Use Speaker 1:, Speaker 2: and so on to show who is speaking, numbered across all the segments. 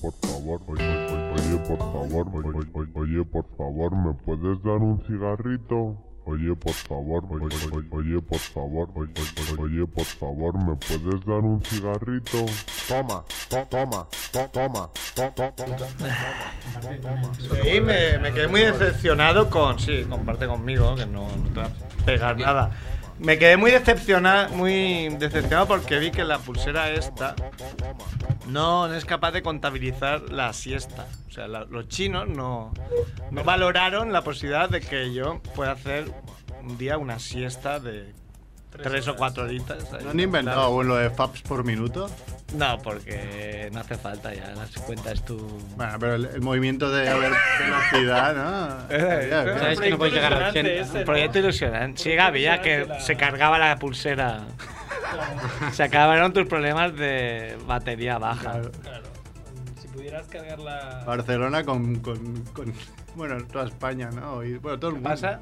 Speaker 1: por favor, oye, oye, por favor, oye, oye, oye, por favor, ¿me puedes dar un cigarrito? Oye, por favor, oye, oye, oye, por favor, oye, oye, oye, por favor, ¿me puedes dar un cigarrito?
Speaker 2: Toma, to- toma, to- toma, to- to- toma, toma.
Speaker 3: Sí, me, me quedé muy decepcionado con. Sí, comparte conmigo, que no, no te va a pegar nada. Me quedé muy decepcionado, muy decepcionado porque vi que la pulsera esta no, no es capaz de contabilizar la siesta. O sea, la- los chinos no, no valoraron la posibilidad de que yo pueda hacer un día una siesta de tres, o cuatro horitas.
Speaker 4: ¿No han inventado aún lo de faps por minuto?
Speaker 3: No, porque
Speaker 5: Que no hace falta ya, las cuentas tú.
Speaker 4: Bueno, pero el, el movimiento de haber velocidad, ¿no?
Speaker 6: Eh,
Speaker 4: Había-
Speaker 5: ¿Sabes que no puedes llegar a 80?
Speaker 3: Un proyecto ilusionante. Sí, Gaby, ya que se cargaba la pulsera. Se acabaron tus problemas de batería baja.
Speaker 4: Claro.
Speaker 7: Claro. Si pudieras cargar
Speaker 3: Ah,
Speaker 7: la.
Speaker 4: Barcelona con, con, con- Bueno, toda España, ¿no? Y, bueno, todo el mundo.
Speaker 3: pasa?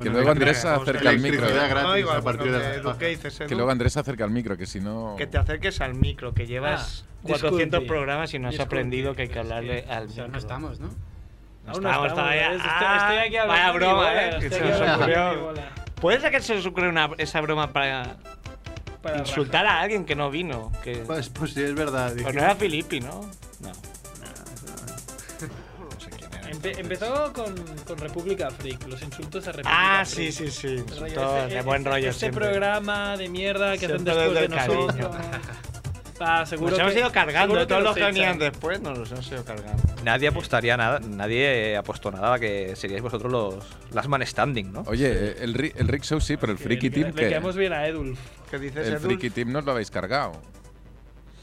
Speaker 6: Que luego Andrés se acerca al micro.
Speaker 4: Electricidad
Speaker 6: eh.
Speaker 4: gratis
Speaker 3: No, igual,
Speaker 4: a partir
Speaker 3: lo
Speaker 4: de
Speaker 3: que-
Speaker 4: las
Speaker 3: lo que
Speaker 4: pajas.
Speaker 3: dices, Edu,
Speaker 6: Que luego Andrés se acerca al micro, que si no.
Speaker 3: que te acerques al micro, que llevas
Speaker 7: Ah,
Speaker 3: 400
Speaker 7: disculpe.
Speaker 3: programas y no has
Speaker 7: Disculpe,
Speaker 3: aprendido que hay que
Speaker 7: pero es
Speaker 3: hablarle
Speaker 7: que-
Speaker 5: O
Speaker 3: al
Speaker 5: sea,
Speaker 3: micro.
Speaker 5: no estamos, ¿no?
Speaker 3: No
Speaker 7: Aún no
Speaker 3: estamos todavía.
Speaker 7: ¿ves? Estoy,
Speaker 3: Ah,
Speaker 7: estoy aquí hablando.
Speaker 3: Vaya
Speaker 7: mi
Speaker 3: broma,
Speaker 7: bola,
Speaker 3: eh. que
Speaker 7: estoy
Speaker 3: se
Speaker 7: aquí
Speaker 3: nos
Speaker 7: hablando mi
Speaker 3: ocurrió.
Speaker 7: bola.
Speaker 3: Puede ser que se os ocurra una- esa broma para,
Speaker 7: Para
Speaker 3: insultar a alguien que no vino. Que, pues
Speaker 4: Pues, pues sí, es verdad. dije.
Speaker 3: no era Filippi, ¿no? No.
Speaker 7: rajar. Empe- empezó con, con República Freak, los insultos a República
Speaker 3: Ah,
Speaker 7: Freak.
Speaker 3: sí, sí, sí.
Speaker 7: Rollo,
Speaker 3: insultó
Speaker 7: este-
Speaker 3: de buen
Speaker 7: este-
Speaker 3: rollo
Speaker 7: Este
Speaker 3: siempre.
Speaker 7: programa de mierda que hacen
Speaker 3: Siempre
Speaker 7: después de
Speaker 3: desde el
Speaker 7: nosotros. Ah, seguro
Speaker 3: Nos hemos
Speaker 7: que-
Speaker 3: ido
Speaker 7: seguro
Speaker 3: cargando, todos los que
Speaker 7: echan.
Speaker 3: venían después nos los hemos ido cargando.
Speaker 8: Nadie apostaría nada, nadie apostó nada a que seríais vosotros los last man standing, ¿no?
Speaker 6: Oye, eh, el, Ri- el Rick Show sí, pero el Friki
Speaker 7: Le-
Speaker 6: Team
Speaker 7: Le
Speaker 6: que.
Speaker 7: quedamos bien a Edulf.
Speaker 3: ¿Qué dices,
Speaker 6: El
Speaker 3: Edu?
Speaker 6: Friki Team no os lo habéis cargado.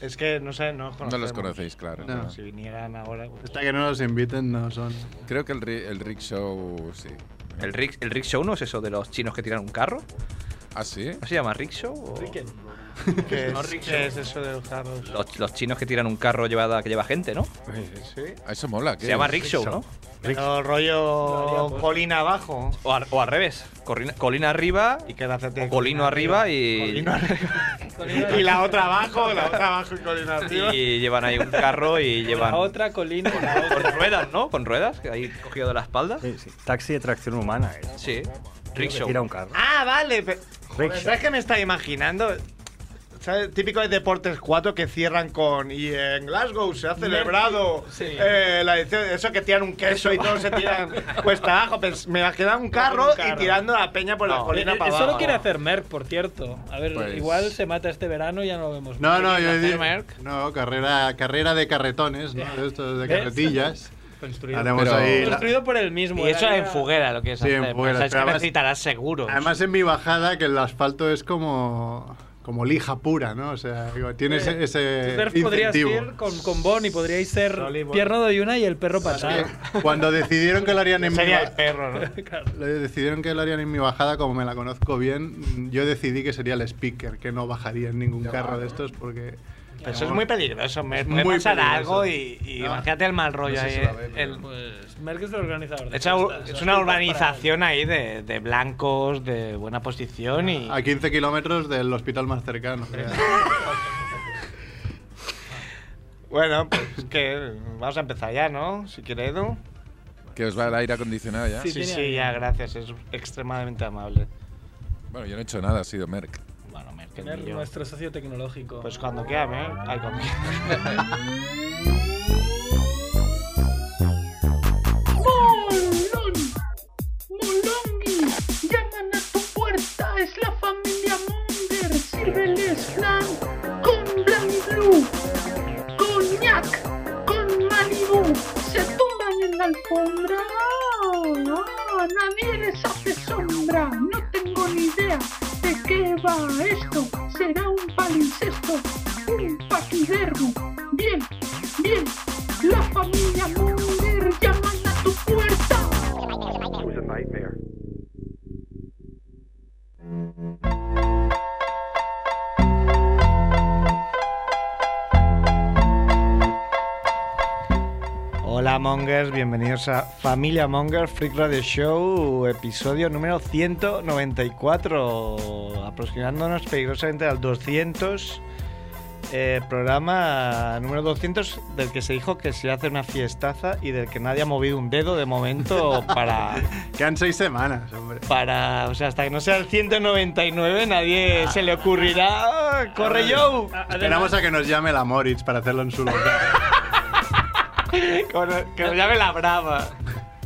Speaker 3: Es que no sé, no
Speaker 6: No los
Speaker 3: conocemos.
Speaker 6: conocéis, claro.
Speaker 4: No.
Speaker 6: ¿no?
Speaker 3: Si vinieran ahora. pues-
Speaker 4: Hasta que no los inviten, no son.
Speaker 6: Creo que el, Ri- el Rick Show sí.
Speaker 8: El Rick, el Rick Show no es eso de los chinos que tiran un carro.
Speaker 6: ¿Ah, sí?
Speaker 8: ¿No se llama Rick Show? o-
Speaker 7: Ricken.
Speaker 3: ¿Qué, es, qué es eso de los carros?
Speaker 8: Los, los chinos que tiran un carro llevada, que lleva gente, ¿no?
Speaker 3: Sí.
Speaker 6: Ah, Eso mola. ¿qué
Speaker 8: Se llama
Speaker 6: es?
Speaker 8: Rick Show, ¿no?
Speaker 3: Pero rollo colina abajo.
Speaker 8: O al, o al revés, corrina- colina arriba
Speaker 3: Y que la gente-
Speaker 8: o colino arriba y,
Speaker 3: Colino arriba. y la otra abajo, la otra abajo y colina arriba.
Speaker 8: y llevan ahí un carro y llevan
Speaker 7: La otra colina. la
Speaker 8: con
Speaker 7: otra.
Speaker 8: ruedas, ¿no? Con ruedas, que ahí cogido de la espalda.
Speaker 9: Sí, sí. Taxi de tracción humana. eh.
Speaker 8: Sí, Rick
Speaker 9: Que
Speaker 8: Show.
Speaker 9: Tira un carro.
Speaker 3: Ah, vale. pe-
Speaker 9: Rickshaw.
Speaker 3: ¿Sabes qué me está imaginando? ¿Sabes? Típico de Deportes 4 que cierran con. Y en Glasgow se ha celebrado
Speaker 7: Sí.
Speaker 3: eh, la edición- Eso que tiran un queso y todos se tiran cuesta abajo. Pens- Me queda un carro,
Speaker 7: Un carro.
Speaker 3: y tirando la peña por la colina
Speaker 7: Eh,
Speaker 3: para
Speaker 7: eh,
Speaker 3: abajo.
Speaker 7: Solo quiere hacer Merck, por cierto. A ver,
Speaker 6: Pues-
Speaker 7: igual se mata este verano y ya no lo vemos.
Speaker 4: No, no, yo he
Speaker 3: hacer
Speaker 4: dicho.
Speaker 3: Merck?
Speaker 4: No, carrera, carrera de carretones, ¿no? De estos de
Speaker 7: ¿Ves?
Speaker 4: carretillas.
Speaker 7: Construido,
Speaker 4: Haremos
Speaker 6: Pero-
Speaker 4: ahí. la-
Speaker 7: construido por el mismo. ¿eh? era-
Speaker 3: lo que es
Speaker 4: Sí, en hacer, fuguera, pensáis que pero además-
Speaker 3: necesitarás seguro.
Speaker 4: Además, en mi bajada, que el asfalto es como. como lija pura, ¿no? O sea, digo, tiene ese, ese
Speaker 7: Surf podríais ir
Speaker 4: incentivo.
Speaker 7: con, con Bonnie, podríais ser
Speaker 3: Sol y Bonnie.
Speaker 7: Pierno de Yuna y el perro patán.
Speaker 4: Que Cuando decidieron que lo harían en mi
Speaker 3: Sería
Speaker 4: ba-
Speaker 3: el perro, ¿no?
Speaker 7: Claro.
Speaker 4: Lo- Decidieron que lo harían en mi bajada, como me la conozco bien, yo decidí que sería el speaker, que no bajaría en ningún carro de estos porque...
Speaker 3: Pero eso es muy peligroso. Me
Speaker 4: Es
Speaker 3: puede
Speaker 4: muy
Speaker 3: pasar
Speaker 4: peligroso.
Speaker 3: algo y, y
Speaker 4: No.
Speaker 3: imagínate el mal rollo
Speaker 4: No sé
Speaker 3: ahí.
Speaker 4: si lo ve, pero-
Speaker 3: el-
Speaker 7: Pues Merck es el organizador. de
Speaker 3: Es una-
Speaker 7: fiestas.
Speaker 3: es una urbanización ahí de, de blancos, de buena posición y...
Speaker 4: A 15 kilómetros del hospital más cercano. o sea.
Speaker 3: Bueno, pues que vamos a empezar ya, ¿no? Si quiere Edu.
Speaker 6: Que os va el aire acondicionado ya.
Speaker 7: Sí,
Speaker 3: Sí,
Speaker 7: tiene
Speaker 3: sí,
Speaker 7: ahí.
Speaker 3: ya, gracias. Es extremadamente amable.
Speaker 6: Bueno, yo no he hecho nada, ha sido Merck.
Speaker 3: Bueno, Merkel
Speaker 7: Merck,
Speaker 3: y yo.
Speaker 7: nuestro socio tecnológico.
Speaker 3: Pues cuando quiera, ¿eh? Ay, cuando quiera.
Speaker 10: ¡Molón! ¡Molongi! ¡Llaman a tu puerta! ¡Es la familia Munger! ¡Sírveles flan con Blanc Blue! ¡Coñac con Malibu! ¡Se tumban en la alfombra! ¡Ah! ¡Nadie les hace sombra! ¡No tengo ni idea de qué va esto! ¡Será un palincesto! ¡Un paquidermo! ¡Bien! ¡Bien! ¡La familia Munger llaman a tu puerta!
Speaker 3: Hola Mongers, bienvenidos a Familia Monger Freak Radio Show, episodio número 194, aproximándonos peligrosamente al 200 eh, programa número 200 del que se dijo que se hace una fiestaza y del que nadie ha movido un dedo de momento para,
Speaker 4: Quedan seis semanas, hombre.
Speaker 3: para... O sea, hasta que no sea el 199 nadie se le ocurrirá... "Ah, ¡Corre Joe!
Speaker 7: A-
Speaker 4: Esperamos Ah. a que nos llame la Moritz para hacerlo en su lugar.
Speaker 3: Con- que me llame la brava.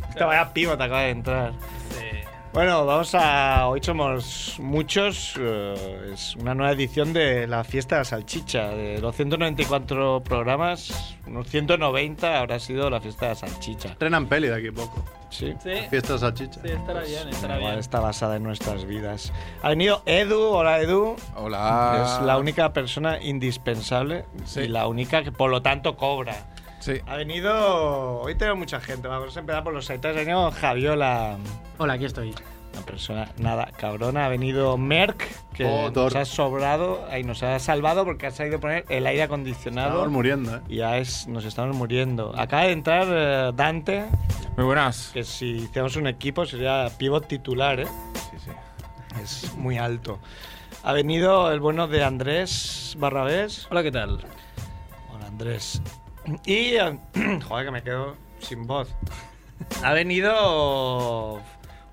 Speaker 3: Esta vaya pivo te acaba de entrar.
Speaker 7: eh,
Speaker 3: Bueno, vamos a. Hoy somos muchos. eh, es una nueva edición de la fiesta de la salchicha. De los 194 programas, unos 190 habrá sido la fiesta de la salchicha.
Speaker 4: Renan Peli de aquí a poco.
Speaker 3: Sí. Pues
Speaker 7: sí, sí,
Speaker 4: Fiesta salchicha.
Speaker 7: estará bien, estará
Speaker 3: Igual
Speaker 7: bien.
Speaker 3: está basada en nuestras vidas. Ha venido Edu, hola Edu.
Speaker 6: Hola.
Speaker 3: Es la única persona indispensable
Speaker 6: Sí.
Speaker 3: y la única que por lo tanto cobra.
Speaker 6: Sí.
Speaker 3: Ha venido. Hoy tenemos mucha gente. Vamos a empezar por los sectores. Ha venido Javiola,
Speaker 11: Hola, aquí estoy.
Speaker 3: una persona nada cabrona. Ha venido Merck, que
Speaker 4: Oh,
Speaker 3: nos
Speaker 4: Thor.
Speaker 3: ha sobrado y nos ha salvado porque ha sabido poner el aire acondicionado.
Speaker 4: Estamos muriendo, ¿eh?
Speaker 3: y ya es, nos estamos muriendo. Acaba de entrar eh, Dante,
Speaker 9: Muy buenas.
Speaker 3: que si hiciéramos un equipo sería pivot titular, ¿eh? Es muy alto. Ha venido el bueno de Andrés Barrabés.
Speaker 7: Hola, ¿qué tal?
Speaker 3: Hola Andrés. Y. eh, Joder, que me quedo sin voz. Ha venido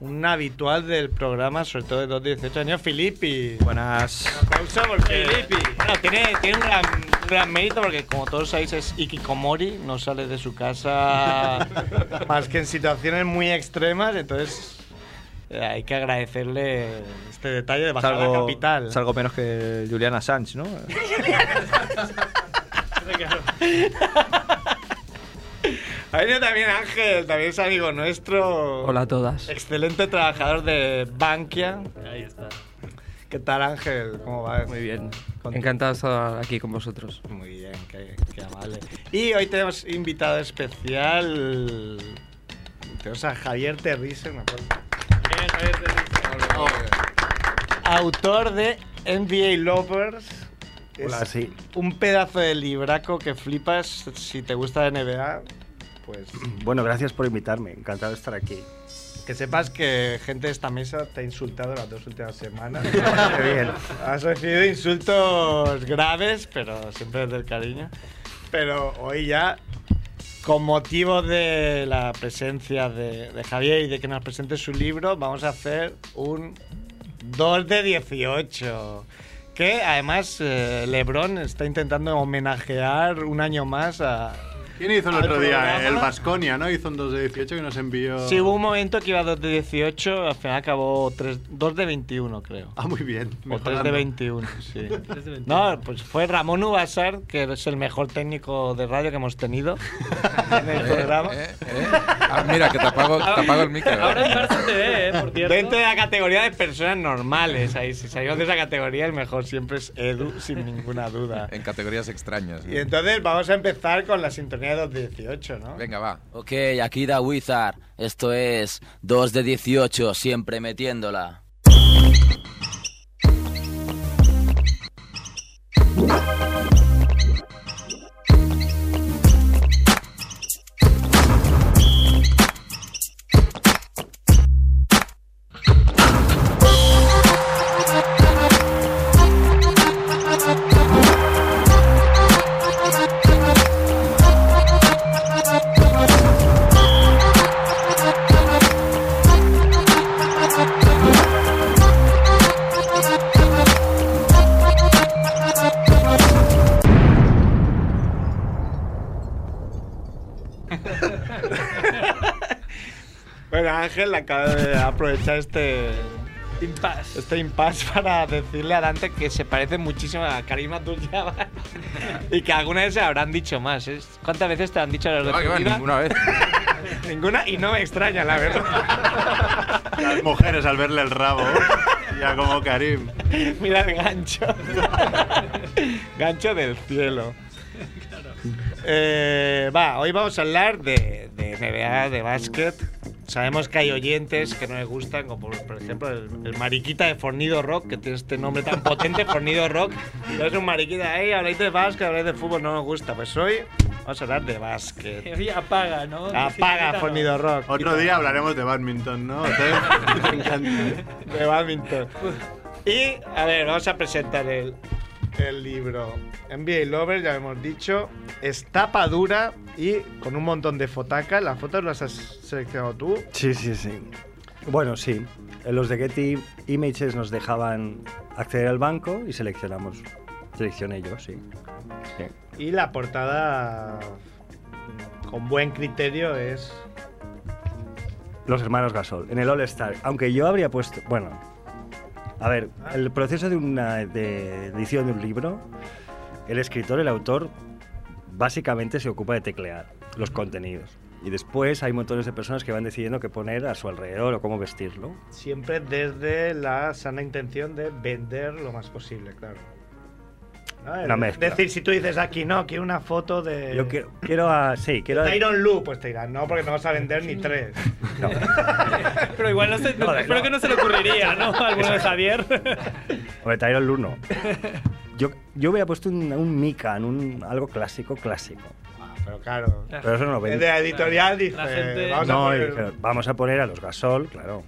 Speaker 3: un habitual del programa, sobre todo de los 18 años, Filippi.
Speaker 8: Buenas.
Speaker 3: Un aplauso porque. Bueno, tiene, tiene un gran, un gran mérito porque, como todos sabéis, es Ikikomori, no sale de su casa más que en situaciones muy extremas, entonces. eh, Hay que agradecerle este detalle de bajar a la capital.
Speaker 8: salgo menos que Julian Assange, ¿no?
Speaker 3: Ha venido también Ángel, también es amigo nuestro.
Speaker 11: Hola a todas.
Speaker 3: Excelente trabajador de Bankia.
Speaker 7: Ahí está.
Speaker 3: ¿Qué tal Ángel? ¿Cómo vas?
Speaker 11: Muy bien.
Speaker 3: Con-
Speaker 11: Encantado de estar aquí con vosotros.
Speaker 3: Muy bien, qué, qué amable. Y hoy tenemos invitado especial. Tenemos a Javier Terrise, me acuerdo.
Speaker 7: Bien, Javier, te dice.
Speaker 3: Oh. Autor de NBA Lovers. Es
Speaker 9: Hola, sí.
Speaker 3: Un pedazo de libraco que flipas si te gusta la NBA. Pues
Speaker 9: Bueno, gracias por invitarme. Encantado de estar aquí.
Speaker 3: que sepas que gente de esta mesa te ha insultado las dos últimas semanas.
Speaker 9: Qué bien.
Speaker 3: Has recibido insultos graves, pero siempre desde el cariño. Pero hoy ya, con motivo de la presencia de, de Javier y de que nos presente su libro, vamos a hacer un 2 de 18. Que además eh, Lebron está intentando homenajear un año más a...
Speaker 4: ¿Quién hizo el
Speaker 3: Al
Speaker 4: otro día?
Speaker 3: programa.
Speaker 4: El Vasconia, ¿no? Hizo un 2 de 18 que nos envió.
Speaker 3: Sí, hubo un momento que iba 2 de 18, al final acabó 2 de 21, creo.
Speaker 4: Ah, muy bien.
Speaker 3: O 3 de
Speaker 4: mejorando.
Speaker 3: 21, sí.
Speaker 7: Tres de 21.
Speaker 3: No, pues fue Ramón Ubasar, que es el mejor técnico de radio que hemos tenido en el
Speaker 6: Eh,
Speaker 3: programa.
Speaker 6: eh, eh. Ah, mira, que te apago, te apago el micro.
Speaker 7: Ahora en Barça TV, ¿eh? Por cierto.
Speaker 3: Dentro de la categoría de personas normales, ahí si salimos de esa categoría, el mejor siempre es Edu, sin ninguna duda.
Speaker 6: En categorías extrañas.
Speaker 3: Y entonces vamos a empezar con la sintonía de 218, ¿no?
Speaker 6: Venga, va.
Speaker 11: Ok, aquí da Wizard. Esto es 2 de 18, siempre metiéndola.
Speaker 3: Bueno, Ángel acaba de aprovechar este,
Speaker 7: Impasse.
Speaker 3: este impasse para decirle a Dante que se parece muchísimo a Karim Abdul-Jabbar y que alguna vez se habrán dicho más. ¿eh? ¿Cuántas veces te han dicho a los
Speaker 6: Que
Speaker 3: de
Speaker 6: va, que
Speaker 3: tu
Speaker 6: va,
Speaker 3: vida?
Speaker 6: ninguna vez.
Speaker 3: Ninguna, y no me extraña, la verdad.
Speaker 4: Las mujeres al verle el rabo. Ya como Karim.
Speaker 3: Mira el gancho. gancho del cielo. Eh, va, hoy vamos a hablar de, de NBA, de básquet. Sabemos que hay oyentes que no les gustan, como por, por ejemplo el, el mariquita de Fornido Rock, que tiene este nombre tan potente, Fornido Rock. No es un mariquita, eh, habláis de básquet, habláis de fútbol, no nos gusta. Pues hoy vamos a hablar de básquet.
Speaker 7: Oye, Apaga, ¿no?
Speaker 3: Apaga Fornido Rock.
Speaker 4: Otro día hablaremos de badminton, ¿no? Te- Me encanta.
Speaker 3: de badminton. Y, a ver, vamos a presentar el el libro NBA Lover, ya hemos dicho, es tapa dura y con un montón de fotacas. Las fotos las has seleccionado tú.
Speaker 9: Sí, sí, sí. Bueno, sí. Eh, Los de Getty Images nos dejaban acceder al banco y seleccionamos. Seleccioné yo, sí. Sí.
Speaker 3: Y la portada, mm, con buen criterio, es
Speaker 9: Los hermanos Gasol, en el All Star. Aunque yo habría puesto. Bueno. A ver, el proceso de una de edición de un libro, el escritor, el autor, básicamente se ocupa de teclear los contenidos. Y después hay montones de personas que van decidiendo qué poner a su alrededor o cómo vestirlo.
Speaker 3: siempre desde la sana intención de vender lo más posible, claro. ¿No?
Speaker 9: Una
Speaker 3: Es
Speaker 9: mezcla.
Speaker 3: decir, si tú dices aquí, no, quiero una foto de.
Speaker 9: Yo quiero, quiero a- sí, quiero a-
Speaker 3: Tyron Lu, pues te dirán, no, porque no vas a vender ni tres.
Speaker 7: Pero igual no se, no-
Speaker 9: Joder,
Speaker 7: creo
Speaker 9: no.
Speaker 7: que no se le ocurriría, ¿no? Alguno de Javier.
Speaker 9: Hombre, Tyron Lue no. Yo, yo hubiera puesto un, un Mikan, un, algo clásico, clásico.
Speaker 3: Pero claro.
Speaker 9: Pero eso no lo
Speaker 3: Es
Speaker 9: vende.
Speaker 3: de la editorial, dice.
Speaker 7: La gente-
Speaker 3: Vamos
Speaker 9: no,
Speaker 3: a
Speaker 9: y
Speaker 3: poner-
Speaker 9: dijeron, vamos a poner a los Gasol, claro.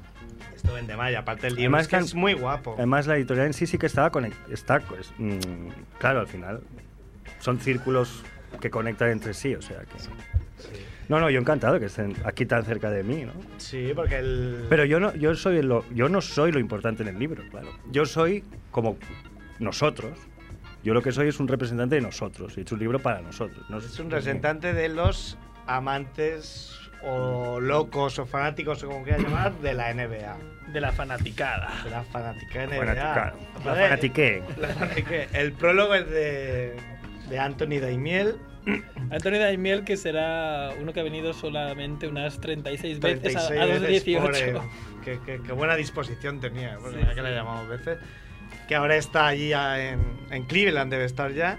Speaker 3: Esto vende más, y aparte el libro
Speaker 9: Además
Speaker 3: es, que
Speaker 9: que-
Speaker 3: es muy guapo.
Speaker 9: Además, la editorial en sí sí que estaba conectada. Está, pues, mm, claro, al final son círculos que conectan entre sí, o sea que. No, no, yo encantado que estén aquí tan cerca de mí, ¿no?
Speaker 3: Sí, porque el.
Speaker 9: Pero yo no, yo soy lo, yo no soy lo importante en el libro, claro. Yo soy como nosotros. Yo lo que soy es un representante de nosotros. Y es un libro para nosotros. No
Speaker 3: es un representante de los amantes o locos o fanáticos o como quieras llamar de la NBA.
Speaker 7: De la fanaticada.
Speaker 3: De la fanática NBA.
Speaker 9: Fanaticada. La
Speaker 3: Joder.
Speaker 9: fanatiqué.
Speaker 3: La fanatiqué. El prólogo es de, de Anthony Daimiel.
Speaker 7: Antonio Daimiel, que será uno que ha venido solamente unas 36 veces a-
Speaker 3: 36
Speaker 7: a, los
Speaker 3: veces,
Speaker 7: 18.
Speaker 3: pobre. Qué, qué- qué buena disposición tenía, porque mira que la llamamos veces. Que ahora está allí ya en, en Cleveland, debe estar ya.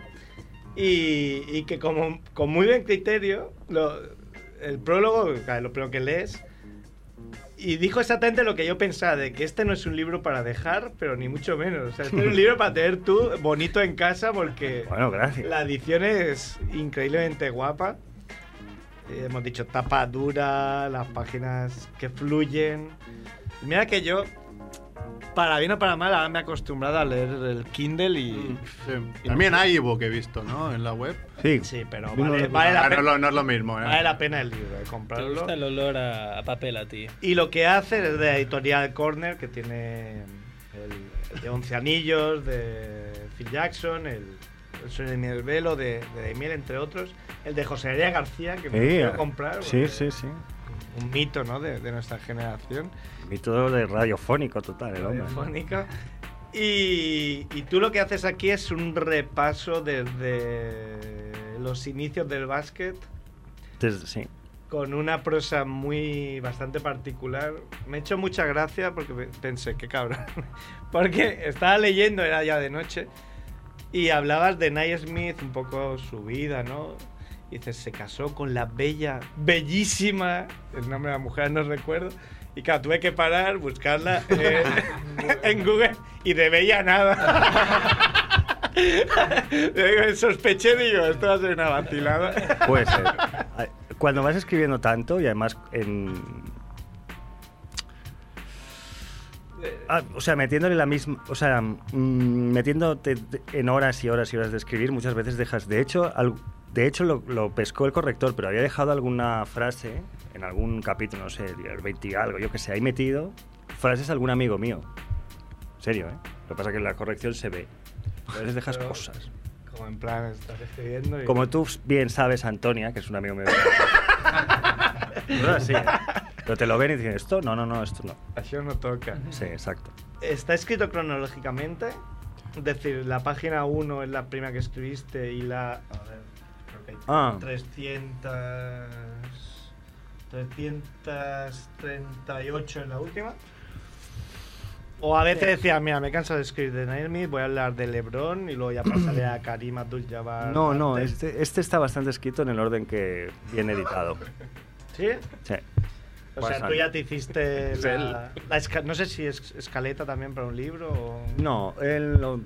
Speaker 3: Y, y que como, con muy buen criterio, lo- el prólogo, claro, lo primero que lees, y dijo exactamente lo que yo pensaba, de que este no es un libro para dejar, pero ni mucho menos. O sea, este es un libro para tener tú bonito en casa porque...
Speaker 9: Bueno, gracias.
Speaker 3: La edición es increíblemente guapa. Eh, hemos dicho tapa dura, las páginas que fluyen. Mira que yo, para bien o para mal, ahora me he acostumbrado a leer el Kindle y.
Speaker 4: Mm, Sí. También hay ebook he visto, ¿no? En la web.
Speaker 9: Sí.
Speaker 3: Sí, pero
Speaker 4: Uno
Speaker 3: vale,
Speaker 4: de-
Speaker 3: vale la
Speaker 4: Ah, no,
Speaker 3: pena,
Speaker 4: lo- no es lo mismo, ¿eh?
Speaker 3: vale la pena el libro, eh,
Speaker 7: Te
Speaker 3: comprarlo.
Speaker 7: gusta el olor a, a papel a ti.
Speaker 3: Y lo que hace es de Editorial Corner, que tiene el, el de Once Anillos, de Phil Jackson, el, el Sueño de Miel Velo, de, de Daimiel, entre otros. El de José María García, que me lo
Speaker 9: Sí, ah,
Speaker 3: quiero comprar.
Speaker 9: Sí,
Speaker 3: porque
Speaker 9: sí, sí.
Speaker 3: Un mito, ¿no? De, de nuestra generación
Speaker 9: Y todo de radiofónico total, el hombre.
Speaker 3: telefónica. Y, y tú lo que haces aquí es un repaso desde los inicios del básquet
Speaker 9: Desde- sí.
Speaker 3: con una prosa muy bastante particular. Me he hecho mucha gracia porque pe- pensé, qué cabrón. porque estaba leyendo, era ya de noche, y hablabas de Nye Smith, un poco su vida, ¿no? Y dices, se casó con la bella, bellísima, el nombre de la mujer no recuerdo. Y claro, tuve que parar, buscarla eh, en Google y de bella nada. Digo, Sospeché, digo, esto va a ser una vacilada.
Speaker 9: Puede ser. Ay, Cuando vas escribiendo tanto y además en. Ah, o sea, metiéndole la misma. O sea, mm, metiéndote te- en horas y horas y horas de escribir, muchas veces dejas. De hecho, al- de hecho lo, lo pescó el corrector, pero había dejado alguna frase en algún capítulo, no sé, el 20 y algo, yo que sé, ahí metido frases de algún amigo mío. Serio, ¿eh? Lo que pasa es que en la corrección se ve. A veces dejas
Speaker 3: Pero-
Speaker 9: cosas.
Speaker 3: Como en plan, estás escribiendo y...
Speaker 9: Como tú bien sabes, Antonia, que es un amigo mío. No es así, ¿eh? Pero te lo ven y dicen, ¿esto? No, no, no, esto no.
Speaker 3: Eso no toca.
Speaker 9: Sí, exacto.
Speaker 3: Está escrito cronológicamente. Es decir, la página 1 es la primera que escribiste y la... A ver, creo que hay
Speaker 9: Ah.
Speaker 3: 300... 338 en la última. O a veces decía, mira, me canso de escribir de Naomi, voy a hablar de Lebron y luego ya pasaré a Karim Abdul-Jabbar.
Speaker 9: No, no,
Speaker 3: antes".
Speaker 9: este, este está bastante escrito en el orden que viene editado.
Speaker 3: ¿Sí?
Speaker 9: Sí.
Speaker 3: O sea,
Speaker 9: Pasan.
Speaker 3: tú ya te hiciste
Speaker 9: Pues Es él.
Speaker 3: la, la esca- no sé si es escaleta también para un libro o...
Speaker 9: No, el lo-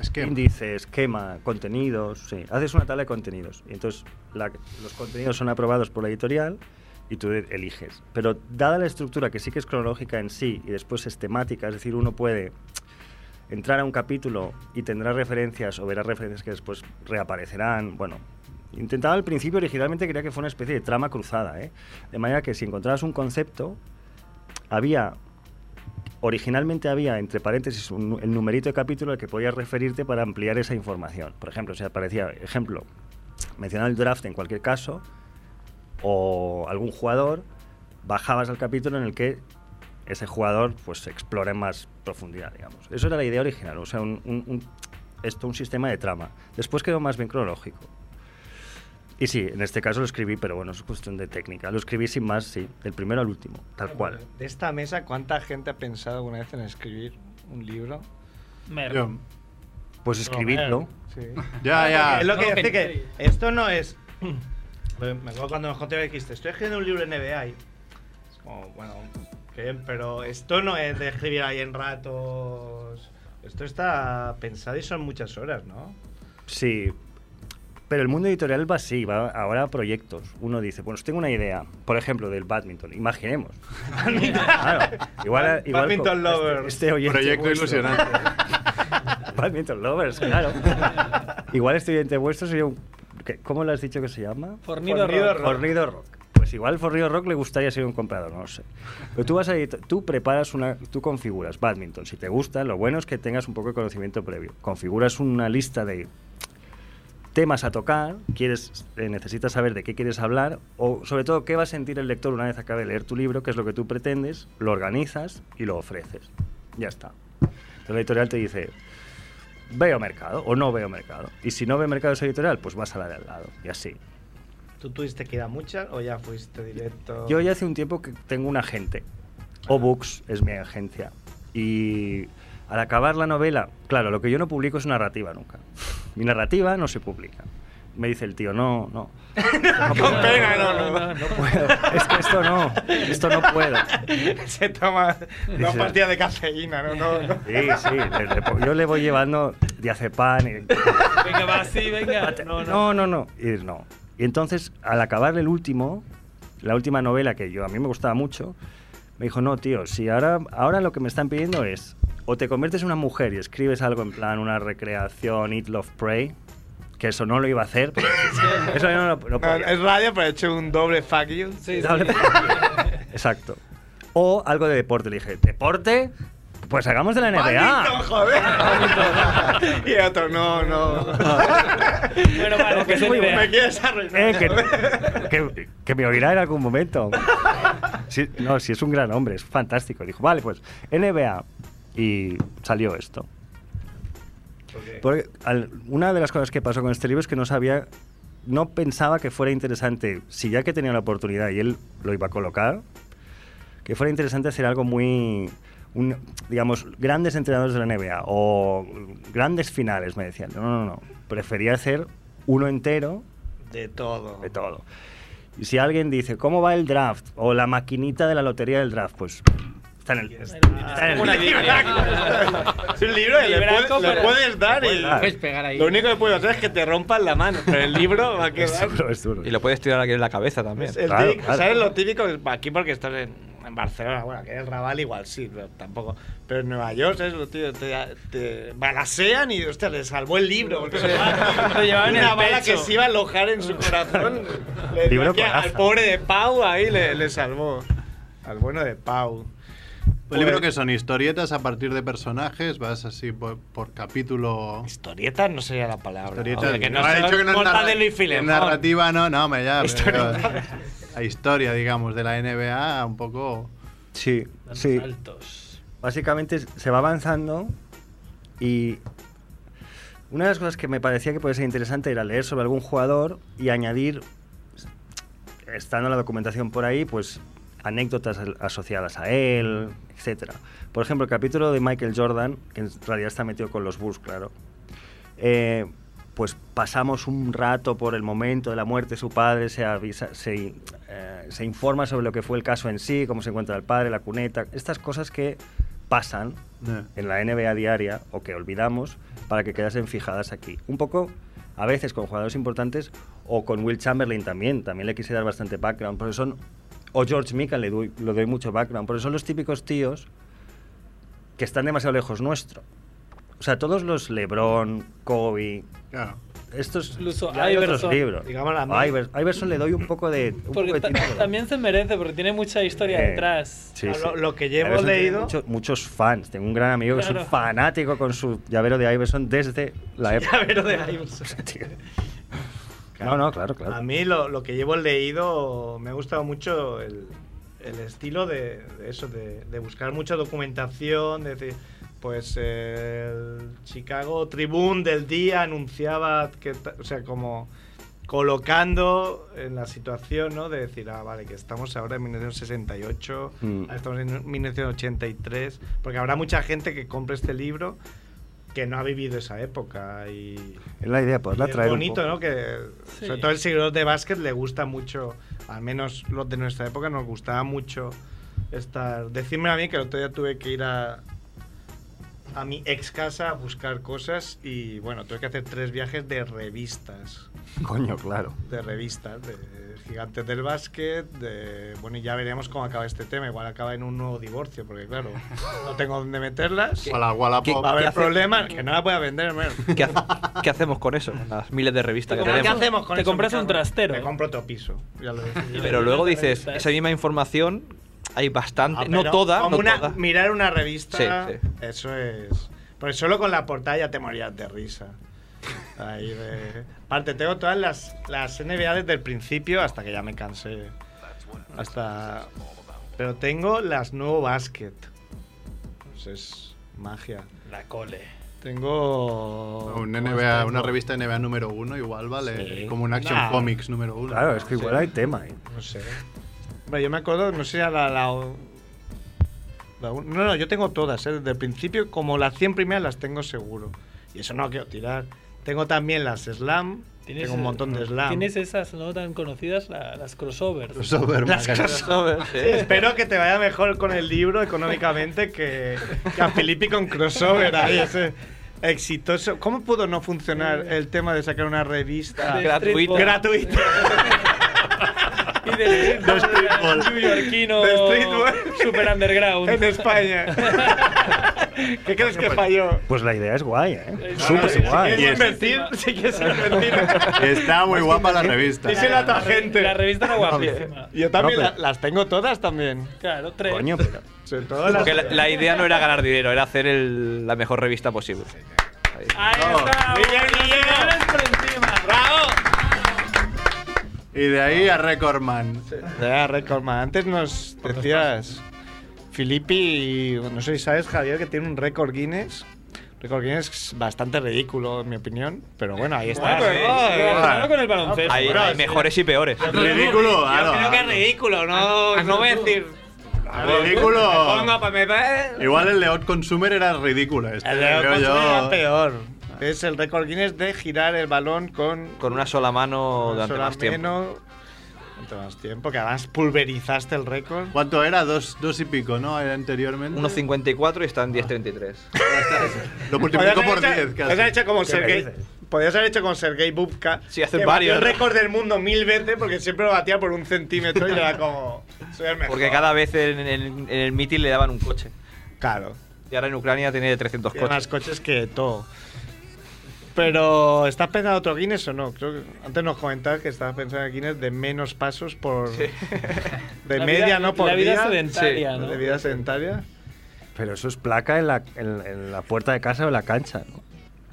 Speaker 4: Esquema.
Speaker 9: índice, esquema, contenidos, sí. Haces una tabla de contenidos. Y entonces la- los contenidos son aprobados por la editorial y tú de- eliges. Pero dada la estructura que sí que es cronológica en sí y después es temática, es decir, uno puede entrar a un capítulo y tendrá referencias o verá referencias que después reaparecerán. Bueno, intentaba al principio originalmente quería que fuera una especie de trama cruzada, ¿eh? de manera que si encontrabas un concepto, había originalmente había entre paréntesis un- el numerito de capítulo al que podías referirte para ampliar esa información. Por ejemplo, o sea, aparecía, ejemplo, mencionaba el draft en cualquier caso, o algún jugador, bajabas al capítulo en el que ese jugador pues se explora en más profundidad, digamos. Eso era la idea original, o sea, un, un- un- esto, un sistema de trama. Después quedó más bien cronológico. Y sí, en este caso lo escribí, pero bueno, es cuestión de técnica. Lo escribí sin más, sí, del primero al último, tal cual.
Speaker 3: De esta mesa, ¿cuánta gente ha pensado alguna vez en escribir un libro?
Speaker 7: Mer.
Speaker 4: Yo.
Speaker 9: Pues escribirlo.
Speaker 3: Sí.
Speaker 4: Ya, ya.
Speaker 3: Es lo que
Speaker 4: No, que-
Speaker 3: dice que esto no es. Me acuerdo cuando nos conté que dijiste, estoy escribiendo un libro NBA. y- Es como, bueno, bien, pero esto no es de escribir ahí en ratos. Esto está pensado y son muchas horas, ¿no?
Speaker 9: Sí, pero el mundo editorial va así, va ahora a proyectos. Uno dice, bueno, tengo una idea, por ejemplo, del badminton, imaginemos. claro, igual, igual
Speaker 3: Badminton
Speaker 9: co- este-
Speaker 3: lovers.
Speaker 9: este oyente
Speaker 4: Proyecto
Speaker 9: vuestro.
Speaker 4: ilusionante.
Speaker 9: badminton lovers, claro. igual este oyente vuestro sería un... ¿qué- ¿Cómo lo has dicho que se llama?
Speaker 7: Fornido Fornido Rock. Rock.
Speaker 9: Fornido Rock. Pues igual Fornido Rock le gustaría ser un comprador, no lo sé. Pero tú vas a edit- tú preparas una, tú configuras badminton. Si te gusta, lo bueno es que tengas un poco de conocimiento previo. Configuras una lista de temas a tocar, quieres, eh, necesitas saber de qué quieres hablar o sobre todo qué va a sentir el lector una vez acabe de leer tu libro, qué es lo que tú pretendes, lo organizas y lo ofreces. Ya está. Entonces la editorial te dice, veo mercado o no veo mercado. Y si no ve mercado esa editorial, pues vas a la de al lado y así.
Speaker 3: ¿Tú tuviste que ir a muchas o ya fuiste directo?
Speaker 9: Yo ya hace un tiempo que tengo un agente. O-Books es mi agencia. Y al acabar la novela, claro, lo que yo no publico es narrativa nunca. Mi narrativa no se publica. Me dice el tío, no, no.
Speaker 3: Con pena, no, no.
Speaker 9: No puedo. Es que esto no, esto no puedo.
Speaker 3: Se toma una
Speaker 9: Dice-
Speaker 3: partida de cafeína, ¿no? no, no.
Speaker 9: Sí, sí, le- le po- yo le voy llevando diazepam y
Speaker 7: Venga, va así, Ah, venga. No, no.
Speaker 9: No, no, no. Y no. Y entonces, al acabar el último, la última novela que yo a mí me gustaba mucho, me dijo, no, tío, si ahora, ahora lo que me están pidiendo es, o te conviertes en una mujer y escribes algo en plan una recreación, Eat, Love, Pray, que eso no lo iba a hacer. porque- eso yo no lo no
Speaker 3: No,
Speaker 9: podía.
Speaker 3: es radio, pero he hecho un doble fuck you.
Speaker 7: Sí, sí.
Speaker 9: Dale. Exacto. O algo de deporte. Le dije, ¿deporte? Pues hagamos de la
Speaker 3: ¡Badminton,
Speaker 9: NBA.
Speaker 3: joder! y el otro, no, no.
Speaker 7: Bueno, vale,
Speaker 9: No, que
Speaker 7: pues
Speaker 9: es muy
Speaker 7: es idea.
Speaker 3: Me quieres arruinar.
Speaker 9: Eh,
Speaker 3: joder.
Speaker 9: que, que- que me oirá en algún momento. Sí, no, si es un gran hombre, es fantástico. Dijo, vale, pues NBA. Y salió esto. Porque al- una de las cosas que pasó con este libro es que no sabía, no pensaba que fuera interesante, si ya que tenía la oportunidad y él lo iba a colocar, que fuera interesante hacer algo muy, un- digamos, grandes entrenadores de la NBA o grandes finales, me decían. No, no, no, prefería hacer uno entero
Speaker 3: De todo.
Speaker 9: de todo. Y si alguien dice, ¿cómo va el draft? O la maquinita de la lotería del draft, pues está en el... Está en el-
Speaker 3: Una libraca. Es un libro que le,
Speaker 7: Libraco,
Speaker 3: puedes- le
Speaker 7: pero-
Speaker 3: puedes dar y.
Speaker 9: Puedes
Speaker 5: Puedes pegar ahí.
Speaker 3: Lo único que puedes hacer es que te rompan la mano. Pero el libro va a
Speaker 9: Es
Speaker 3: quedar.
Speaker 9: duro, es duro.
Speaker 8: Y lo puedes tirar aquí en la cabeza también.
Speaker 3: Es el
Speaker 9: Claro,
Speaker 3: típico-
Speaker 9: claro.
Speaker 3: ¿Sabes lo típico? Aquí porque estás en, en Barcelona, bueno, aquí en el Raval igual sí, pero tampoco. Pero en Nueva York, ¿sabes lo tío? Te, te balasean y, hostia, le salvó el libro. Porque se llevaba,
Speaker 7: Lo llevaba en
Speaker 3: una
Speaker 7: el
Speaker 3: bala
Speaker 7: pecho.
Speaker 3: que se iba a alojar en su corazón. Le-
Speaker 9: Libro
Speaker 3: aquí
Speaker 9: coraza.
Speaker 3: al pobre de Pau ahí le, le salvó. Al bueno de Pau.
Speaker 4: Un libro que son historietas a partir de personajes, vas así por, por capítulo.
Speaker 3: Historieta no sería la palabra.
Speaker 4: Historietas.
Speaker 3: hombre, que no,
Speaker 4: ha
Speaker 3: sea
Speaker 4: dicho que no es
Speaker 3: Mortadelo
Speaker 4: narra-
Speaker 3: y Filemón.
Speaker 4: narrativa, no, no, me ya.
Speaker 3: Historieta.
Speaker 4: La historia, digamos, de la NBA, un poco.
Speaker 9: Sí,
Speaker 7: Dan
Speaker 9: sí.
Speaker 7: saltos.
Speaker 9: Básicamente se va avanzando y una de las cosas que me parecía que podía ser interesante era leer sobre algún jugador y añadir, estando la documentación por ahí, pues anécdotas al- asociadas a él, etcétera. Por ejemplo, el capítulo de Michael Jordan, que en realidad está metido con los Bulls, claro. eh, pues pasamos un rato por el momento de la muerte de su padre, se, avisa, se, eh, se informa sobre lo que fue el caso en sí, cómo se encuentra el padre, la cuneta, estas cosas que pasan
Speaker 4: eh.
Speaker 9: en la NBA diaria o que olvidamos para que quedasen fijadas aquí. Un poco, a veces con jugadores importantes o con Will Chamberlain también, también le quise dar bastante background, porque son, o George Mikan le doy, le doy mucho background, porque son los típicos tíos que están demasiado lejos nuestro. sea, todos los LeBron, Kobe. Estos.
Speaker 7: Incluso
Speaker 9: ya hay otros
Speaker 7: Iverson.
Speaker 9: libros.
Speaker 7: Digamos la
Speaker 9: A Iver- a Iverson le doy un poco de. un poco
Speaker 7: Porque
Speaker 9: de
Speaker 7: ta-
Speaker 9: título.
Speaker 7: también se merece, porque tiene mucha historia
Speaker 9: Eh,
Speaker 7: detrás.
Speaker 9: sí, sí. Iverson
Speaker 7: hemos
Speaker 9: tiene mucho- muchos fans. Tengo un gran amigo que es
Speaker 7: Claro.
Speaker 9: un fanático con su llavero de Iverson desde la época.
Speaker 7: Llavero de Iverson.
Speaker 9: No, no, claro, claro.
Speaker 3: A mí lo, lo que llevo leído me ha gustado mucho el, el estilo de, de eso, de, de buscar mucha documentación, de decir, pues eh, el Chicago Tribune del día anunciaba que, ta- o sea, como colocando en la situación, ¿no? De decir, ah, vale, que estamos ahora en 1968,
Speaker 12: Mm.
Speaker 3: ah, estamos en 1983, porque habrá mucha gente que compre este libro que no ha vivido esa época y
Speaker 9: Es la idea, poderla
Speaker 3: y es
Speaker 9: traer un
Speaker 3: bonito,
Speaker 9: poco.
Speaker 3: ¿no? Que
Speaker 9: Sí.
Speaker 3: sobre todo el seguidor de básquet le gusta mucho, al menos los de nuestra época nos gustaba mucho estar. Decirme a mí que el otro día tuve que ir a a mi ex casa a buscar cosas y bueno, tuve que hacer tres viajes de revistas,
Speaker 9: Coño, claro.
Speaker 3: de revistas, de gigantes del básquet, de bueno, y ya veremos cómo acaba este tema, igual acaba en un nuevo divorcio, porque claro, no tengo dónde meterlas.
Speaker 4: Wala, wala,
Speaker 3: va
Speaker 4: pop.
Speaker 3: a
Speaker 4: ¿Qué
Speaker 3: haber
Speaker 4: hace-
Speaker 3: problemas, que no las voy a vender, man.
Speaker 8: ¿Qué, hace- qué hacemos con eso? Las miles de revistas que
Speaker 3: ¿Qué
Speaker 8: tenemos.
Speaker 3: hacemos con
Speaker 7: Te
Speaker 3: eso,
Speaker 7: compras
Speaker 3: me
Speaker 7: un
Speaker 3: cago en-
Speaker 7: trastero. Ah,
Speaker 3: Me compro otro piso. ya lo decía.
Speaker 8: Pero luego dices, esa misma información hay bastante,
Speaker 3: Ah,
Speaker 8: no
Speaker 3: pero
Speaker 8: toda,
Speaker 3: como
Speaker 8: no
Speaker 3: una-
Speaker 8: toda.
Speaker 3: Mirar una revista,
Speaker 8: Sí, sí.
Speaker 3: eso es. Porque solo con la portada ya te morías de risa. Ahí de... Aparte, tengo todas las, las NBA desde el principio hasta que ya me cansé. Hasta... Pero tengo las nuevo basket. Pues es magia.
Speaker 7: La cole.
Speaker 3: Tengo...
Speaker 4: Un
Speaker 3: ¿cómo
Speaker 4: NBA
Speaker 3: está?
Speaker 4: una revista NBA número uno igual vale
Speaker 3: Sí.
Speaker 4: como un Action
Speaker 3: Nah.
Speaker 4: Comics número uno.
Speaker 9: Claro, es que igual
Speaker 4: Sí.
Speaker 9: hay tema. ¿eh?
Speaker 3: No sé. Hombre, yo me acuerdo, no sé si era la, la- la un- No, no, yo tengo todas, ¿eh? desde el principio, como las 100 primeras las tengo seguro. Y eso no quiero tirar. Tengo también las slam,
Speaker 7: Tienes,
Speaker 3: tengo un montón de
Speaker 7: eh,
Speaker 3: slam.
Speaker 7: Tienes esas no tan conocidas, la- las crossovers.
Speaker 3: Las crossovers. Sí, espero que te vaya mejor con el libro económicamente que, que a Filippi con crossover ahí, ese exitoso. ¿Cómo pudo no funcionar el tema de sacar una revista
Speaker 7: De Gratuita. streetball.
Speaker 3: gratuita?
Speaker 7: Y de, de Newyorkino. Super underground.
Speaker 3: En España. ¿Qué crees que falló?
Speaker 9: Pues la idea es guay, ¿eh?
Speaker 3: Claro,
Speaker 9: Súper
Speaker 3: si
Speaker 9: guay.
Speaker 3: quieres invertir, si quieres invertir.
Speaker 4: Está muy guapa la revista.
Speaker 3: Díselo a tu agente.
Speaker 7: La revista era guapísima.
Speaker 3: Yo también
Speaker 7: No,
Speaker 3: la- las tengo todas también.
Speaker 7: Claro, tres.
Speaker 9: Coño, pero.
Speaker 3: Sobre todo las-
Speaker 8: Porque la, la idea no era ganar dinero, era hacer el- la mejor revista posible.
Speaker 7: Ahí está. Muy bien, señores, por encima. Bravo.
Speaker 3: Y de ahí a Recordman. De ahí a Recordman. Antes nos decías, Filippi, no sé si sabes, Javier, que tiene un récord Guinness. Récord Guinness es bastante ridículo, en mi opinión. Pero bueno, ahí está.
Speaker 7: Bueno, pero-
Speaker 3: Ah,
Speaker 7: pero
Speaker 3: ah.
Speaker 7: relacionado con el baloncesto.
Speaker 3: Hay-
Speaker 7: Bueno,
Speaker 3: hay
Speaker 7: sí.
Speaker 8: Mejores y peores.
Speaker 3: Ridículo,
Speaker 7: Yo
Speaker 3: claro.
Speaker 7: creo que es ridículo, no, no voy a decir.
Speaker 4: Ridículo.
Speaker 7: Me pongo pa- me- eh.
Speaker 4: Igual el de Hot Consumer era ridículo. Este,
Speaker 3: El
Speaker 4: creo
Speaker 3: récord
Speaker 4: yo.
Speaker 3: era peor. Es el récord Guinness de girar el balón con
Speaker 8: Con una sola mano durante
Speaker 3: sola
Speaker 8: más tiempo.
Speaker 3: mano durante más tiempo, que además pulverizaste el récord.
Speaker 4: ¿Cuánto era? Dos, dos y pico, ¿no? Era anteriormente.
Speaker 8: 1.54 y está en 10.33.
Speaker 3: Ah,
Speaker 4: Lo multiplico
Speaker 3: Podrías
Speaker 4: por
Speaker 3: haber hecho-
Speaker 4: 10 casi.
Speaker 3: podrías haber hecho como
Speaker 4: ¿Qué
Speaker 3: Sergey.
Speaker 4: me
Speaker 3: Podrías haber hecho como Sergey Bubka.
Speaker 8: Sí, hacen
Speaker 3: que batió
Speaker 8: varios,
Speaker 3: El
Speaker 8: ¿no?
Speaker 3: récord del mundo mil veces porque siempre lo batía por un centímetro y era como. Soy el mejor.
Speaker 8: Porque cada vez en, en- en el mitin le daban un coche.
Speaker 3: Claro.
Speaker 8: Y ahora en Ucrania tiene 300
Speaker 3: Tiene
Speaker 8: coches.
Speaker 3: más coches que todo. Pero, ¿estás pensando otro Guinness o no? Creo que antes nos comentabas que estabas pensando en Guinness de menos pasos por. De
Speaker 7: La
Speaker 3: media,
Speaker 7: vida-
Speaker 3: no por
Speaker 7: la vida
Speaker 3: día.
Speaker 7: sedentaria, ¿no?
Speaker 3: De vida sedentaria.
Speaker 9: Pero eso es placa en la, en, en la puerta de casa o en la cancha. ¿no?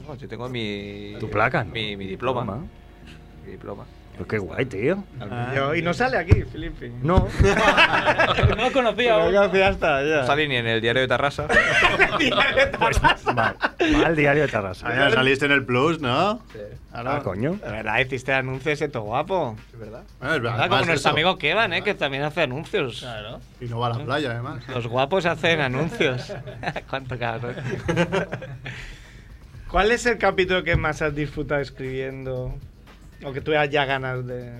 Speaker 8: No, yo tengo mi.
Speaker 9: Tu placa, ¿no?
Speaker 8: Mi, mi diploma.
Speaker 9: Diploma.
Speaker 8: Mi diploma.
Speaker 9: Pero qué guay, tío.
Speaker 3: Ah,
Speaker 8: Ah.
Speaker 3: Yo- y no sale aquí, Filipe.
Speaker 9: No.
Speaker 7: no lo conocía.
Speaker 3: No lo conocía hasta
Speaker 8: No
Speaker 3: allá.
Speaker 8: salí ni en el diario de Tarrasa.
Speaker 9: Mal diario de Tarrasa.
Speaker 4: Ah, ya saliste en el Plus, ¿no?
Speaker 3: Claro.
Speaker 9: Ah, coño.
Speaker 3: De verdad, hiciste anuncios ese todo guapo. Ah, Es
Speaker 8: verdad.
Speaker 3: verdad, como nuestro amigo Kevan, ¿eh? que también hace anuncios. Claro.
Speaker 4: Y no va a la playa, además.
Speaker 3: Los guapos hacen anuncios. Cuánto cabrón. ¿Cuál es el capítulo que más has disfrutado escribiendo? O que tú ya ganas de.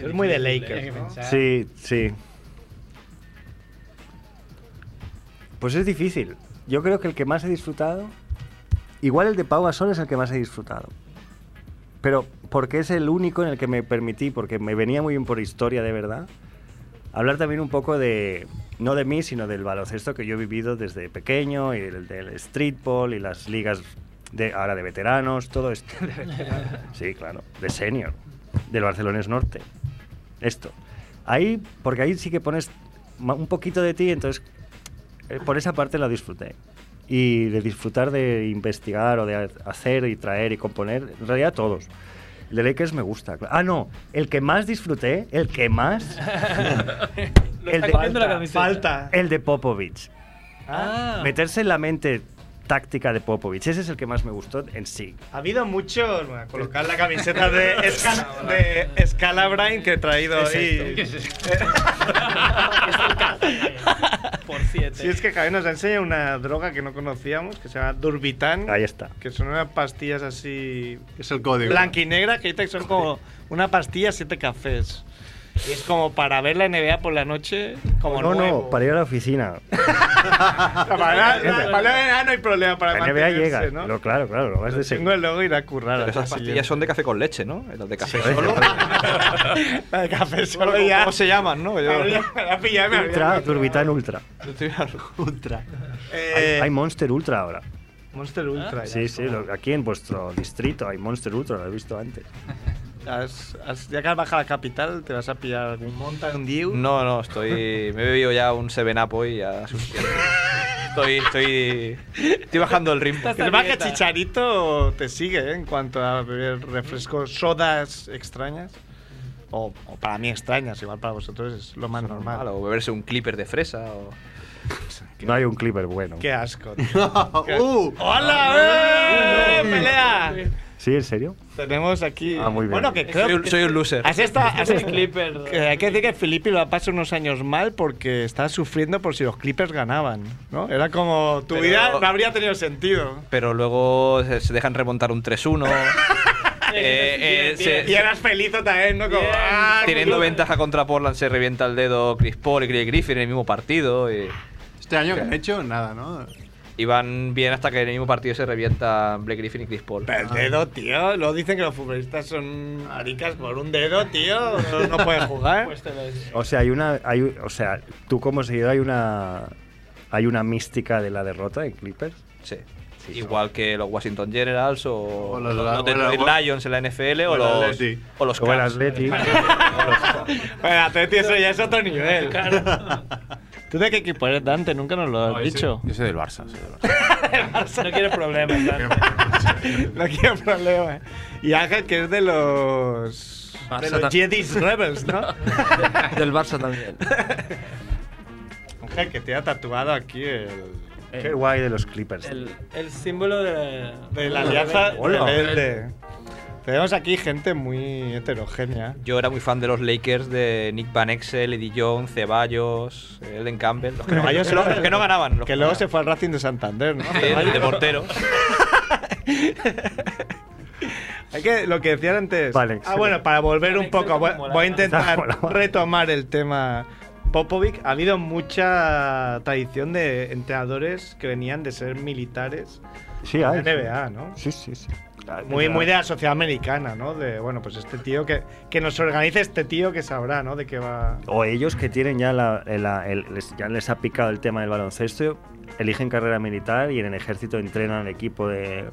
Speaker 3: Es muy de Lakers. ¿no?
Speaker 9: Sí, sí. Pues es difícil. Yo creo que el que más he disfrutado. Igual el de Pau Gasol es el que más he disfrutado. Pero porque es el único en el que me permití, porque me venía muy bien por historia de verdad, hablar también un poco de, no de mí, sino del baloncesto que yo he vivido desde pequeño, y el del streetball y las ligas de, ahora de veteranos, todo esto. sí, claro, de senior, del Barcelones Norte. Esto. Ahí, porque ahí sí que pones ma- un poquito de ti, entonces eh, por esa parte la disfruté. Y de disfrutar de investigar o de ha- hacer y traer y componer, en realidad todos. El de Lakers me gusta. cla- Ah, no, el que más disfruté, el que más.
Speaker 7: Lo está cogiendo la camiseta. Falta.
Speaker 9: El de Popovich.
Speaker 7: Ah.
Speaker 9: Meterse en la mente táctica de Popovich. Ese es el que más me gustó en sí.
Speaker 3: Ha habido muchos. Bueno, colocar la camiseta de, Esca- de Scalabrine que he traído ahí.
Speaker 7: Por siete.
Speaker 3: Si es que Javier nos enseña una droga que no conocíamos, que se llama Durbitan.
Speaker 9: Ahí está.
Speaker 3: Que son unas pastillas así.
Speaker 4: Es el código.
Speaker 3: Blanca y negra, que dicen que son como una pastilla, siete cafés. Y es como para ver la NBA por la noche, como
Speaker 9: no,
Speaker 3: nuevo.
Speaker 9: no, para ir a la oficina.
Speaker 3: O sea, para, la- para la NBA no hay problema para
Speaker 9: La NBA
Speaker 3: mantenerse,
Speaker 9: llega.
Speaker 3: ¿no?
Speaker 9: Lo- claro, claro, lo vas de
Speaker 3: Tengo el logo ir a currar.
Speaker 8: Pero esas pastillas son de café con leche, ¿no? Las de café
Speaker 9: Sí.
Speaker 8: solo.
Speaker 3: La de café solo
Speaker 8: ¿Cómo-
Speaker 3: ya.
Speaker 8: ¿Cómo se llaman, no? Yo-
Speaker 3: La pillé, me había-
Speaker 9: Ultra, Turbitan Ultra.
Speaker 4: Ultra.
Speaker 9: hay, hay Monster Ultra ahora.
Speaker 3: Monster Ultra. ya.
Speaker 9: Sí, sí, lo- aquí en vuestro distrito hay Monster Ultra, lo he visto antes.
Speaker 3: Has- has- ya que has bajado a la capital, te vas a pillar algún Mountain Dew.
Speaker 8: No, no, estoy. Me he bebido ya un 7-up hoy y ya suficiente. Estoy, estoy. Estoy bajando el ritmo.
Speaker 3: El más que Chicharito te sigue ¿eh? en cuanto a beber refrescos, sodas extrañas. O, o para mí extrañas, igual para vosotros es lo más normal.
Speaker 8: O beberse un clipper de fresa o.
Speaker 9: No hay un clipper bueno.
Speaker 3: Qué asco.
Speaker 4: ¡Uh!
Speaker 3: ¡Hola! ¡Eh! ¡Pelea!
Speaker 9: ¿Sí, en serio?
Speaker 3: Tenemos aquí.
Speaker 9: Ah, muy bien.
Speaker 3: Bueno, que creo
Speaker 8: Soy un,
Speaker 3: que-
Speaker 8: soy un loser.
Speaker 3: Has estado- has
Speaker 7: Soy un
Speaker 3: estado-
Speaker 7: clipper.
Speaker 3: que hay que decir que Filippi lo ha pasado unos años mal porque estaba sufriendo por si los Clippers ganaban, ¿no? Era como tu
Speaker 8: Pero-
Speaker 3: vida no habría tenido sentido.
Speaker 8: Pero luego se se dejan remontar un 3-1. eh, eh, se-
Speaker 3: Y eras feliz también, ¿no? Como,
Speaker 7: Bien.
Speaker 3: ah,
Speaker 8: Teniendo
Speaker 3: qué-
Speaker 8: ventaja contra Portland, se revienta el dedo Chris Paul y Craig Griffin en el mismo partido. Y,
Speaker 4: Este año que han hecho nada, ¿no?
Speaker 8: y van bien hasta que en el mismo partido se revienta Blake Griffin y Chris Paul.
Speaker 3: Pero el dedo, tío. Luego dicen que los futbolistas son aricas por un dedo, tío. No, no pueden jugar.
Speaker 7: Pues te lo digo.
Speaker 9: O sea, hay una. Hay, o sea, tú como seguidor hay una. Hay una mística de la derrota en Clippers.
Speaker 8: Sí. Igual que los Washington Generals o,
Speaker 4: O los-
Speaker 8: los
Speaker 4: o
Speaker 8: Detroit
Speaker 4: los-
Speaker 8: Lions en la NFL o,
Speaker 4: o los
Speaker 8: los,
Speaker 4: Atleti.
Speaker 8: o los
Speaker 9: O el
Speaker 8: Cavs.
Speaker 9: Atleti.
Speaker 3: Bueno, Atleti, eso ya es otro nivel. ¿Tú de qué equipo eres, Dante? Nunca nos lo has dicho.
Speaker 13: Yo soy del Barça. soy del Barça.
Speaker 7: No quieres problemas. Dante.
Speaker 3: No quiero problema. eh. Y Ángel, que es de los.
Speaker 14: Barça
Speaker 3: de los
Speaker 14: también.
Speaker 3: Jedi Rebels, ¿no?
Speaker 14: Del Barça también.
Speaker 3: Ángel, que te ha tatuado aquí el.
Speaker 9: Qué guay de los Clippers.
Speaker 7: Eh, El, el símbolo de,
Speaker 3: De la alianza
Speaker 9: Hola.
Speaker 3: rebelde. Tenemos aquí gente muy heterogénea.
Speaker 8: Yo era muy fan de los Lakers de Nick Van Exel, Eddie Jones, Ceballos, Elden Campbell. Los que no,
Speaker 3: Ceballos
Speaker 8: los-
Speaker 3: era-
Speaker 8: los que no ganaban. los
Speaker 3: Que
Speaker 8: que
Speaker 3: luego
Speaker 8: no
Speaker 3: se fue al Racing de Santander, ¿no?
Speaker 8: ganaban. Sí, de portero.
Speaker 3: Hay que, lo que decían antes.
Speaker 9: Vale.
Speaker 3: Ah, bueno, para volver
Speaker 7: Vale,
Speaker 3: un poco, voy,
Speaker 7: está como la-
Speaker 3: voy a intentar
Speaker 9: Está como la-
Speaker 3: retomar el tema Popovic. Ha habido mucha tradición de entrenadores que venían de ser militares
Speaker 9: Sí,
Speaker 3: en
Speaker 9: hay.
Speaker 3: la NBA, ¿no?
Speaker 9: Sí, sí, sí.
Speaker 3: Muy, muy de la sociedad americana, ¿no? De, bueno, pues este tío que, que nos organice este tío que sabrá, ¿no? De qué va.
Speaker 9: O ellos que tienen ya la, la- el- les, ya les ha picado el tema del baloncesto, eligen carrera militar y en el ejército entrenan al equipo de-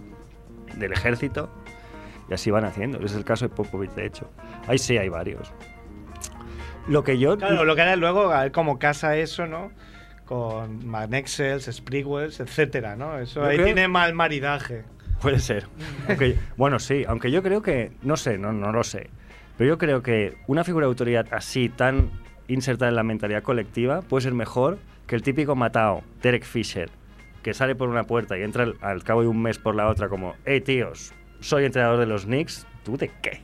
Speaker 9: del ejército y así van haciendo. Es el caso de Popovich, de hecho. Ahí sí hay varios. Lo que yo.
Speaker 3: Claro, lo que hará luego, a ver cómo casa eso, ¿no? Con Magnexels, Sprigwells, etcétera, ¿no? Eso
Speaker 9: Yo
Speaker 3: ahí
Speaker 9: creo-
Speaker 3: tiene mal maridaje.
Speaker 9: Puede ser. Aunque- bueno, sí, aunque yo creo que, no sé, no, no lo sé, pero yo creo que una figura de autoridad así, tan insertada en la mentalidad colectiva, puede ser mejor que el típico matao, Derek Fisher, que sale por una puerta y entra al, al cabo de un mes por la otra como, hey tíos, soy entrenador de los Knicks, ¿tú de qué?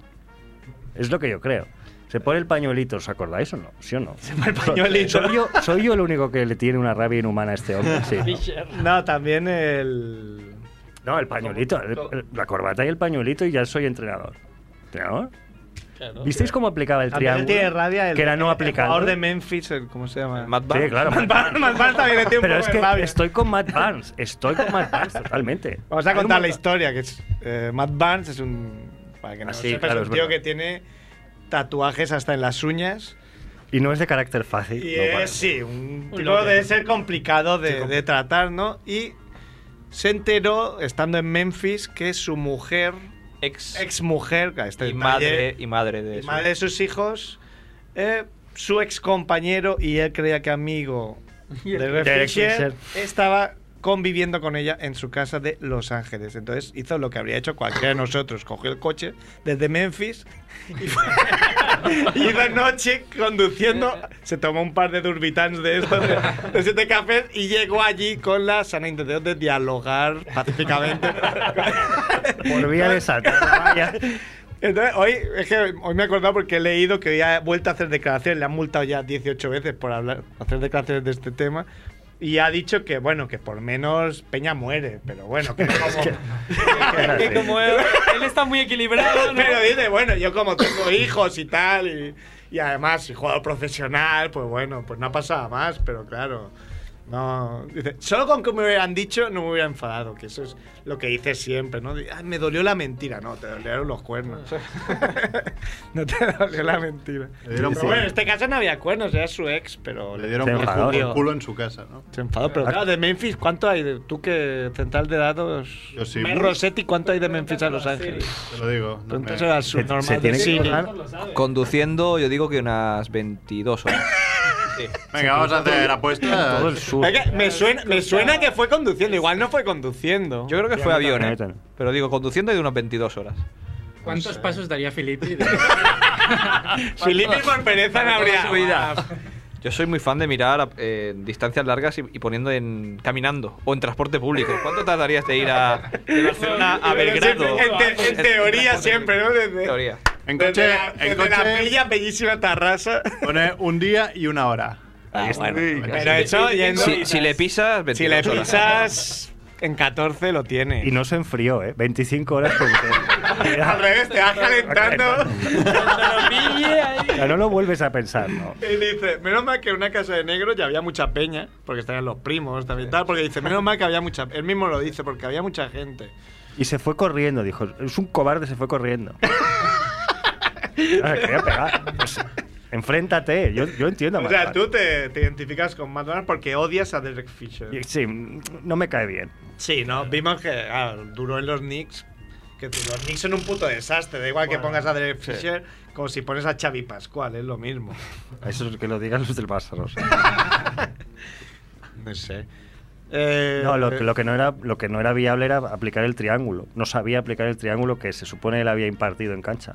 Speaker 9: Es lo que yo creo. Se pone el pañuelito, ¿os acordáis o no? ¿Sí o no? Se pone el
Speaker 3: pañuelito.
Speaker 9: ¿Soy yo, soy yo el único que le tiene una rabia inhumana a este hombre? Sí. ¿no?
Speaker 7: Fisher.
Speaker 3: No, también el.
Speaker 9: No, el pañuelito, el- el- la corbata y el pañuelito y ya soy entrenador. ¿Entrenador?
Speaker 7: Claro.
Speaker 9: ¿Visteis cómo aplicaba el
Speaker 3: También
Speaker 9: triángulo?
Speaker 3: tiene rabia el.
Speaker 9: que era no
Speaker 3: El
Speaker 9: aplicado.
Speaker 3: jugador de Memphis, el- ¿cómo se llama?
Speaker 8: Matt
Speaker 9: Sí,
Speaker 8: Barnes.
Speaker 9: claro. Matt Barnes.
Speaker 3: Matt Barnes también le tiene un
Speaker 9: Pero
Speaker 3: poco
Speaker 9: es
Speaker 3: de
Speaker 9: que
Speaker 3: rabia.
Speaker 9: estoy con Matt Barnes, estoy con Matt Barnes totalmente.
Speaker 3: Vamos a
Speaker 9: Hay un
Speaker 3: contar la
Speaker 9: montón-
Speaker 3: historia, que es, eh, Matt Barnes es un... Para que no
Speaker 9: Ah, sí,
Speaker 3: sepas,
Speaker 9: claro,
Speaker 3: es
Speaker 9: es
Speaker 3: un tío
Speaker 9: verdad.
Speaker 3: que tiene tatuajes hasta en las uñas,
Speaker 9: Y no es de carácter fácil.
Speaker 3: Y
Speaker 9: no,
Speaker 3: es,
Speaker 9: vale.
Speaker 3: sí, un
Speaker 15: Un
Speaker 3: tipo
Speaker 15: loco.
Speaker 3: de ser complicado de, de tratar, ¿no? Y se enteró, estando en Memphis, que su mujer,
Speaker 8: ex,
Speaker 3: mujer, este
Speaker 8: Y
Speaker 3: detalle,
Speaker 8: madre, y madre de
Speaker 3: y
Speaker 8: eso.
Speaker 3: madre de sus hijos, eh, su ex compañero y él creía que amigo
Speaker 15: Y el-
Speaker 3: de
Speaker 15: Derek
Speaker 3: Derek Fisher
Speaker 15: Fisher.
Speaker 3: estaba conviviendo con ella en su casa de Los Ángeles. Entonces hizo lo que habría hecho cualquiera de nosotros, cogió el coche desde Memphis y de noche conduciendo, se tomó un par de durbitans de estos, de, de siete cafés, y llegó allí con la sana intención de dialogar pacíficamente.
Speaker 9: Por vía de
Speaker 3: Entonces, hoy, es que hoy me he acordado porque he leído que ya ha vuelto a hacer declaraciones, le han multado ya 18 veces por hablar, hacer declaraciones de este tema. Y ha dicho que, bueno, que por menos Peña muere, pero bueno, que como,
Speaker 7: Que como él, él está muy equilibrado, ¿no?
Speaker 3: Pero dice, bueno, yo como tengo hijos y tal, y, y además soy jugador profesional, pues bueno, pues no pasaba más, pero claro. No, dice, solo con que me hubieran dicho no me hubiera enfadado, que eso es lo que dice siempre, ¿no? Dice, "Ay, me dolió la mentira, no, te dolieron los cuernos. no te dolió la mentira. Pero
Speaker 4: dieron por-
Speaker 3: bueno, en este caso no había cuernos, era su ex, pero
Speaker 4: Le dieron por culo, por culo en su casa, ¿no?
Speaker 3: Se enfadó, pero claro, de Memphis, ¿cuánto hay? de- Tú que central de datos.
Speaker 4: Yo sí.
Speaker 3: Mer Rossetti, ¿cuánto hay de Memphis a Los Ángeles?
Speaker 4: Te lo digo. no me-
Speaker 3: Entonces era su normal de Sydney.
Speaker 8: Conduciendo, yo digo que unas 22 horas.
Speaker 4: Venga, vamos a hacer apuestas.
Speaker 8: Todo el sur.
Speaker 3: Es que me, suena, me suena que fue conduciendo, igual no fue conduciendo.
Speaker 8: Yo creo que fue avión, ¿eh? Pero digo, conduciendo hay de unas 22 horas.
Speaker 16: ¿Cuántos pasos daría Filippi?
Speaker 3: Filipe por pereza no habría.
Speaker 8: Yo soy muy fan de mirar eh, distancias largas y, y poniendo en caminando o en transporte público. ¿Cuánto tardarías de ir a de Barcelona a
Speaker 3: Pero
Speaker 8: Belgrado?
Speaker 3: siempre- En, te- en teoría siempre, ¿no? Desde,
Speaker 8: Teoría.
Speaker 4: En
Speaker 3: desde
Speaker 4: coche,
Speaker 3: la,
Speaker 4: en
Speaker 3: desde la
Speaker 4: coche.
Speaker 3: bella, bellísima terraza.
Speaker 4: Pone un día y una hora.
Speaker 8: Ah, bueno.
Speaker 3: Pero eso, yendo-
Speaker 8: si, si le pisas, 22
Speaker 3: si le
Speaker 8: horas.
Speaker 3: pisas, en 14 lo tiene.
Speaker 9: Y no se enfrió, ¿eh? 25 horas con
Speaker 3: Al revés, te vas calentando
Speaker 9: Ya no lo vuelves a pensar, ¿no?
Speaker 3: y dice, menos mal que en una casa de negros ya había mucha peña, porque estaban los primos también tal, porque dice, menos mal que había mucha, él mismo lo dice, porque había mucha gente.
Speaker 9: Y se fue corriendo, dijo. Es un cobarde, se fue corriendo. Ah, le quería pegar. Pues, enfréntate, yo, yo entiendo. a
Speaker 3: O
Speaker 9: Matt
Speaker 3: sea,
Speaker 9: Barnes.
Speaker 3: tú te, te identificas con Matt Barnes porque odias a Derek Fisher.
Speaker 9: Y- Sí, mm, no me cae bien.
Speaker 3: Sí,
Speaker 9: Eh.
Speaker 3: ¿no? Vimos que ah, duró en los Knicks. Que tú- los Knicks son un puto desastre. Da igual que pongas a Derek
Speaker 9: sí.
Speaker 3: Fisher como si pones a Xavi Pascual, es lo mismo.
Speaker 9: Eso es que lo digan los del Barça, no sé.
Speaker 3: No sé. Eh,
Speaker 9: No, lo, que- lo que no era, lo que no era viable era aplicar el triángulo. No sabía aplicar el triángulo que se supone él había impartido en cancha.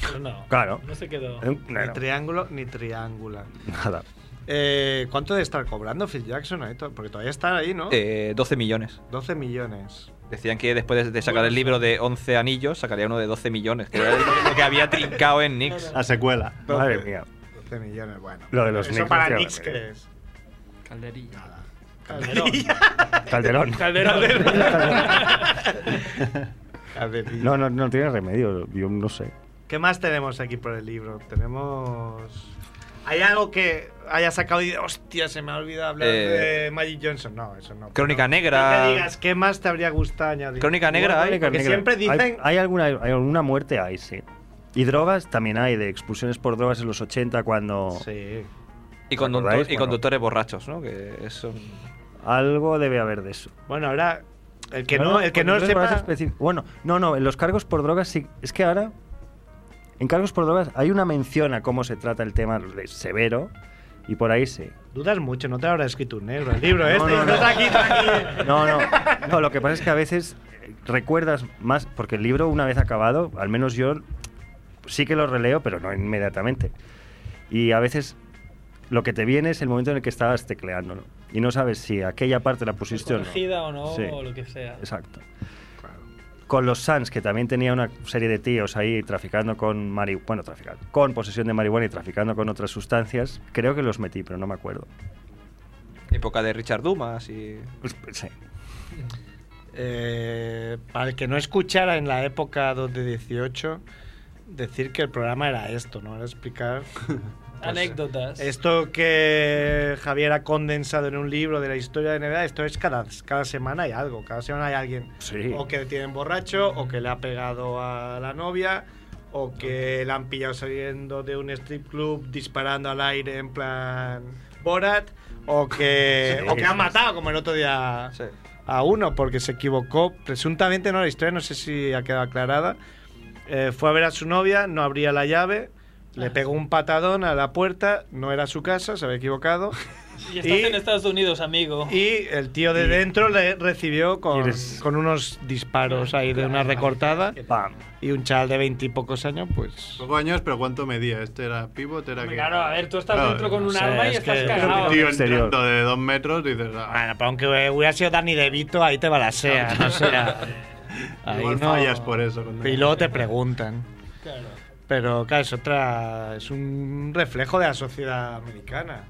Speaker 7: Pero no.
Speaker 9: Claro. Eh,
Speaker 7: No se quedó.
Speaker 9: Era un- no,
Speaker 3: Ni
Speaker 9: no,
Speaker 3: triángulo ni triángulo.
Speaker 9: nada.
Speaker 3: Eh, ¿Cuánto debe estar cobrando Phil Jackson ahí? To- Porque todavía está ahí, ¿no?
Speaker 8: Eh, 12 millones.
Speaker 3: 12 millones.
Speaker 8: Decían que después de- de sacar el libro de 11 anillos, sacaría uno de 12 millones, que era lo que había trincado en Knicks.
Speaker 4: La secuela.
Speaker 9: Madre
Speaker 3: Doce.
Speaker 9: mía.
Speaker 3: 12 millones, bueno.
Speaker 9: Lo de los
Speaker 3: Eso
Speaker 9: Knicks,
Speaker 3: para
Speaker 9: tío,
Speaker 3: Knicks,
Speaker 9: eh.
Speaker 3: ¿qué es?
Speaker 16: Calderilla.
Speaker 9: Calderón.
Speaker 7: Calderón.
Speaker 3: Calderón.
Speaker 9: No, no, no tiene remedio. Yo no sé.
Speaker 3: ¿Qué más tenemos aquí por el libro? Tenemos. ¿Hay algo que haya sacado y hostia, se me ha olvidado hablar
Speaker 8: Eh,
Speaker 3: de Magic Johnson? No, eso no.
Speaker 8: Crónica
Speaker 3: No.
Speaker 8: Negra.
Speaker 3: No me digas, ¿qué más te habría gustado añadir?
Speaker 8: Crónica Negra
Speaker 3: Bueno,
Speaker 8: hay,
Speaker 3: Porque
Speaker 9: Negra.
Speaker 3: siempre
Speaker 9: Hay-
Speaker 3: dicen.
Speaker 9: Hay, alguna, hay alguna muerte, hay, sí. Y drogas también hay, de expulsiones por drogas en los 80 cuando
Speaker 3: Sí.
Speaker 8: Y, conductor-
Speaker 9: ¿Recordáis?
Speaker 8: y
Speaker 9: Bueno.
Speaker 8: conductores borrachos, ¿no? Que es un-
Speaker 9: algo debe haber de eso.
Speaker 3: Bueno, ahora. El que no, el que no
Speaker 9: conductores
Speaker 3: sepa.
Speaker 9: borrachos especi- Bueno, no, no, en los cargos por drogas sí. Es que ahora, en cargos por drogas hay una mención a cómo se trata el tema de severo y por ahí sí.
Speaker 3: Dudas mucho, no te habrá escrito un negro el libro este.
Speaker 9: no,
Speaker 3: no
Speaker 9: no.
Speaker 3: está aquí, está aquí.
Speaker 9: No, no, no, lo que pasa es que a veces eh, recuerdas más, porque el libro una vez acabado, al menos yo sí que lo releo, pero no inmediatamente. Y a veces lo que te viene es el momento en el que estabas tecleándolo y no sabes si aquella parte la pusiste o no.
Speaker 7: Corregida o no,
Speaker 9: Sí,
Speaker 7: o lo que sea.
Speaker 9: Exacto. Con los Suns, que también tenía una serie de tíos ahí traficando con marihuana, bueno, traficando, con posesión de marihuana y traficando con otras sustancias, creo que los metí, pero no me acuerdo.
Speaker 8: época de Richard Dumas y.
Speaker 9: Pues, sí.
Speaker 3: Eh, para el que no escuchara en la época 2018, decir que el programa era esto, ¿no? Era explicar. Pues,
Speaker 7: Anécdotas.
Speaker 3: Esto que Javier ha condensado en un libro de la historia de Nevada, esto es cada, cada semana hay algo, cada semana hay alguien.
Speaker 9: Sí.
Speaker 3: O que tienen borracho, o que le ha pegado a la novia, o que la han pillado saliendo de un strip club disparando al aire en plan Borat, o que,
Speaker 17: Sí.
Speaker 3: Eh, o que han matado como el otro día a uno porque se equivocó, presuntamente no la historia, no sé si ha quedado aclarada, eh, fue a ver a su novia, no abría la llave, le pegó un patadón a la puerta, no era su casa, se había equivocado.
Speaker 7: Y estás en Estados Unidos, amigo.
Speaker 3: Y el tío de dentro le recibió con,
Speaker 7: Eres-
Speaker 3: con unos disparos ahí de una recortada. Y un chaval de veintipocos años, pues.
Speaker 4: Pocos años, pero ¿cuánto medía? ¿Este era pivot? Era que...
Speaker 7: Claro, a ver, tú estás dentro con un
Speaker 4: sé,
Speaker 7: arma y
Speaker 4: es Pues
Speaker 7: estás
Speaker 3: eh,
Speaker 4: que-
Speaker 7: cagado.
Speaker 4: Tío, entrando de dos metros, dices. "Ah". Bueno,
Speaker 3: pero aunque hubiera sido Dani DeVito, ahí te balasea, no sé. Ahí
Speaker 4: Igual
Speaker 3: no.
Speaker 4: fallas por eso. cuando-
Speaker 3: Y luego te preguntan.
Speaker 7: Claro.
Speaker 3: Pero claro, es otra. Es un reflejo de la sociedad americana.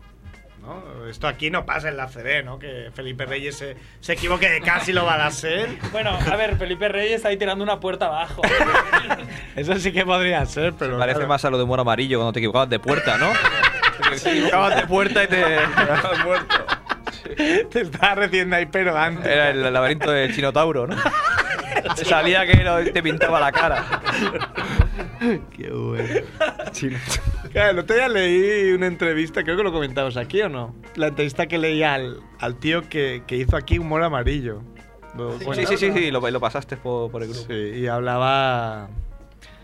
Speaker 3: ¿no? Esto aquí no pasa en la CD, ¿no? Que Felipe Reyes se, se equivoque de casi lo balaseen.
Speaker 7: Bueno, a ver, Felipe Reyes está ahí tirando una puerta abajo.
Speaker 3: Eso sí que podría ser, pero.
Speaker 8: Parece
Speaker 3: claro.
Speaker 8: más a lo de humor amarillo cuando te equivocabas de puerta, ¿no? te equivocabas de puerta y te.
Speaker 3: Te estaba recién ahí, pero antes.
Speaker 8: Era el laberinto del Chinotauro, ¿no? Te salía que era- te pintaba la cara.
Speaker 3: Qué bueno. Claro, el otro día leí una entrevista, creo que lo comentamos aquí o no. La entrevista que leí al, al tío que, que hizo aquí humor amarillo. Lo-
Speaker 8: Sí,
Speaker 3: bueno,
Speaker 8: sí, sí, sí, lo, lo pasaste por, por el grupo.
Speaker 3: Sí, y hablaba.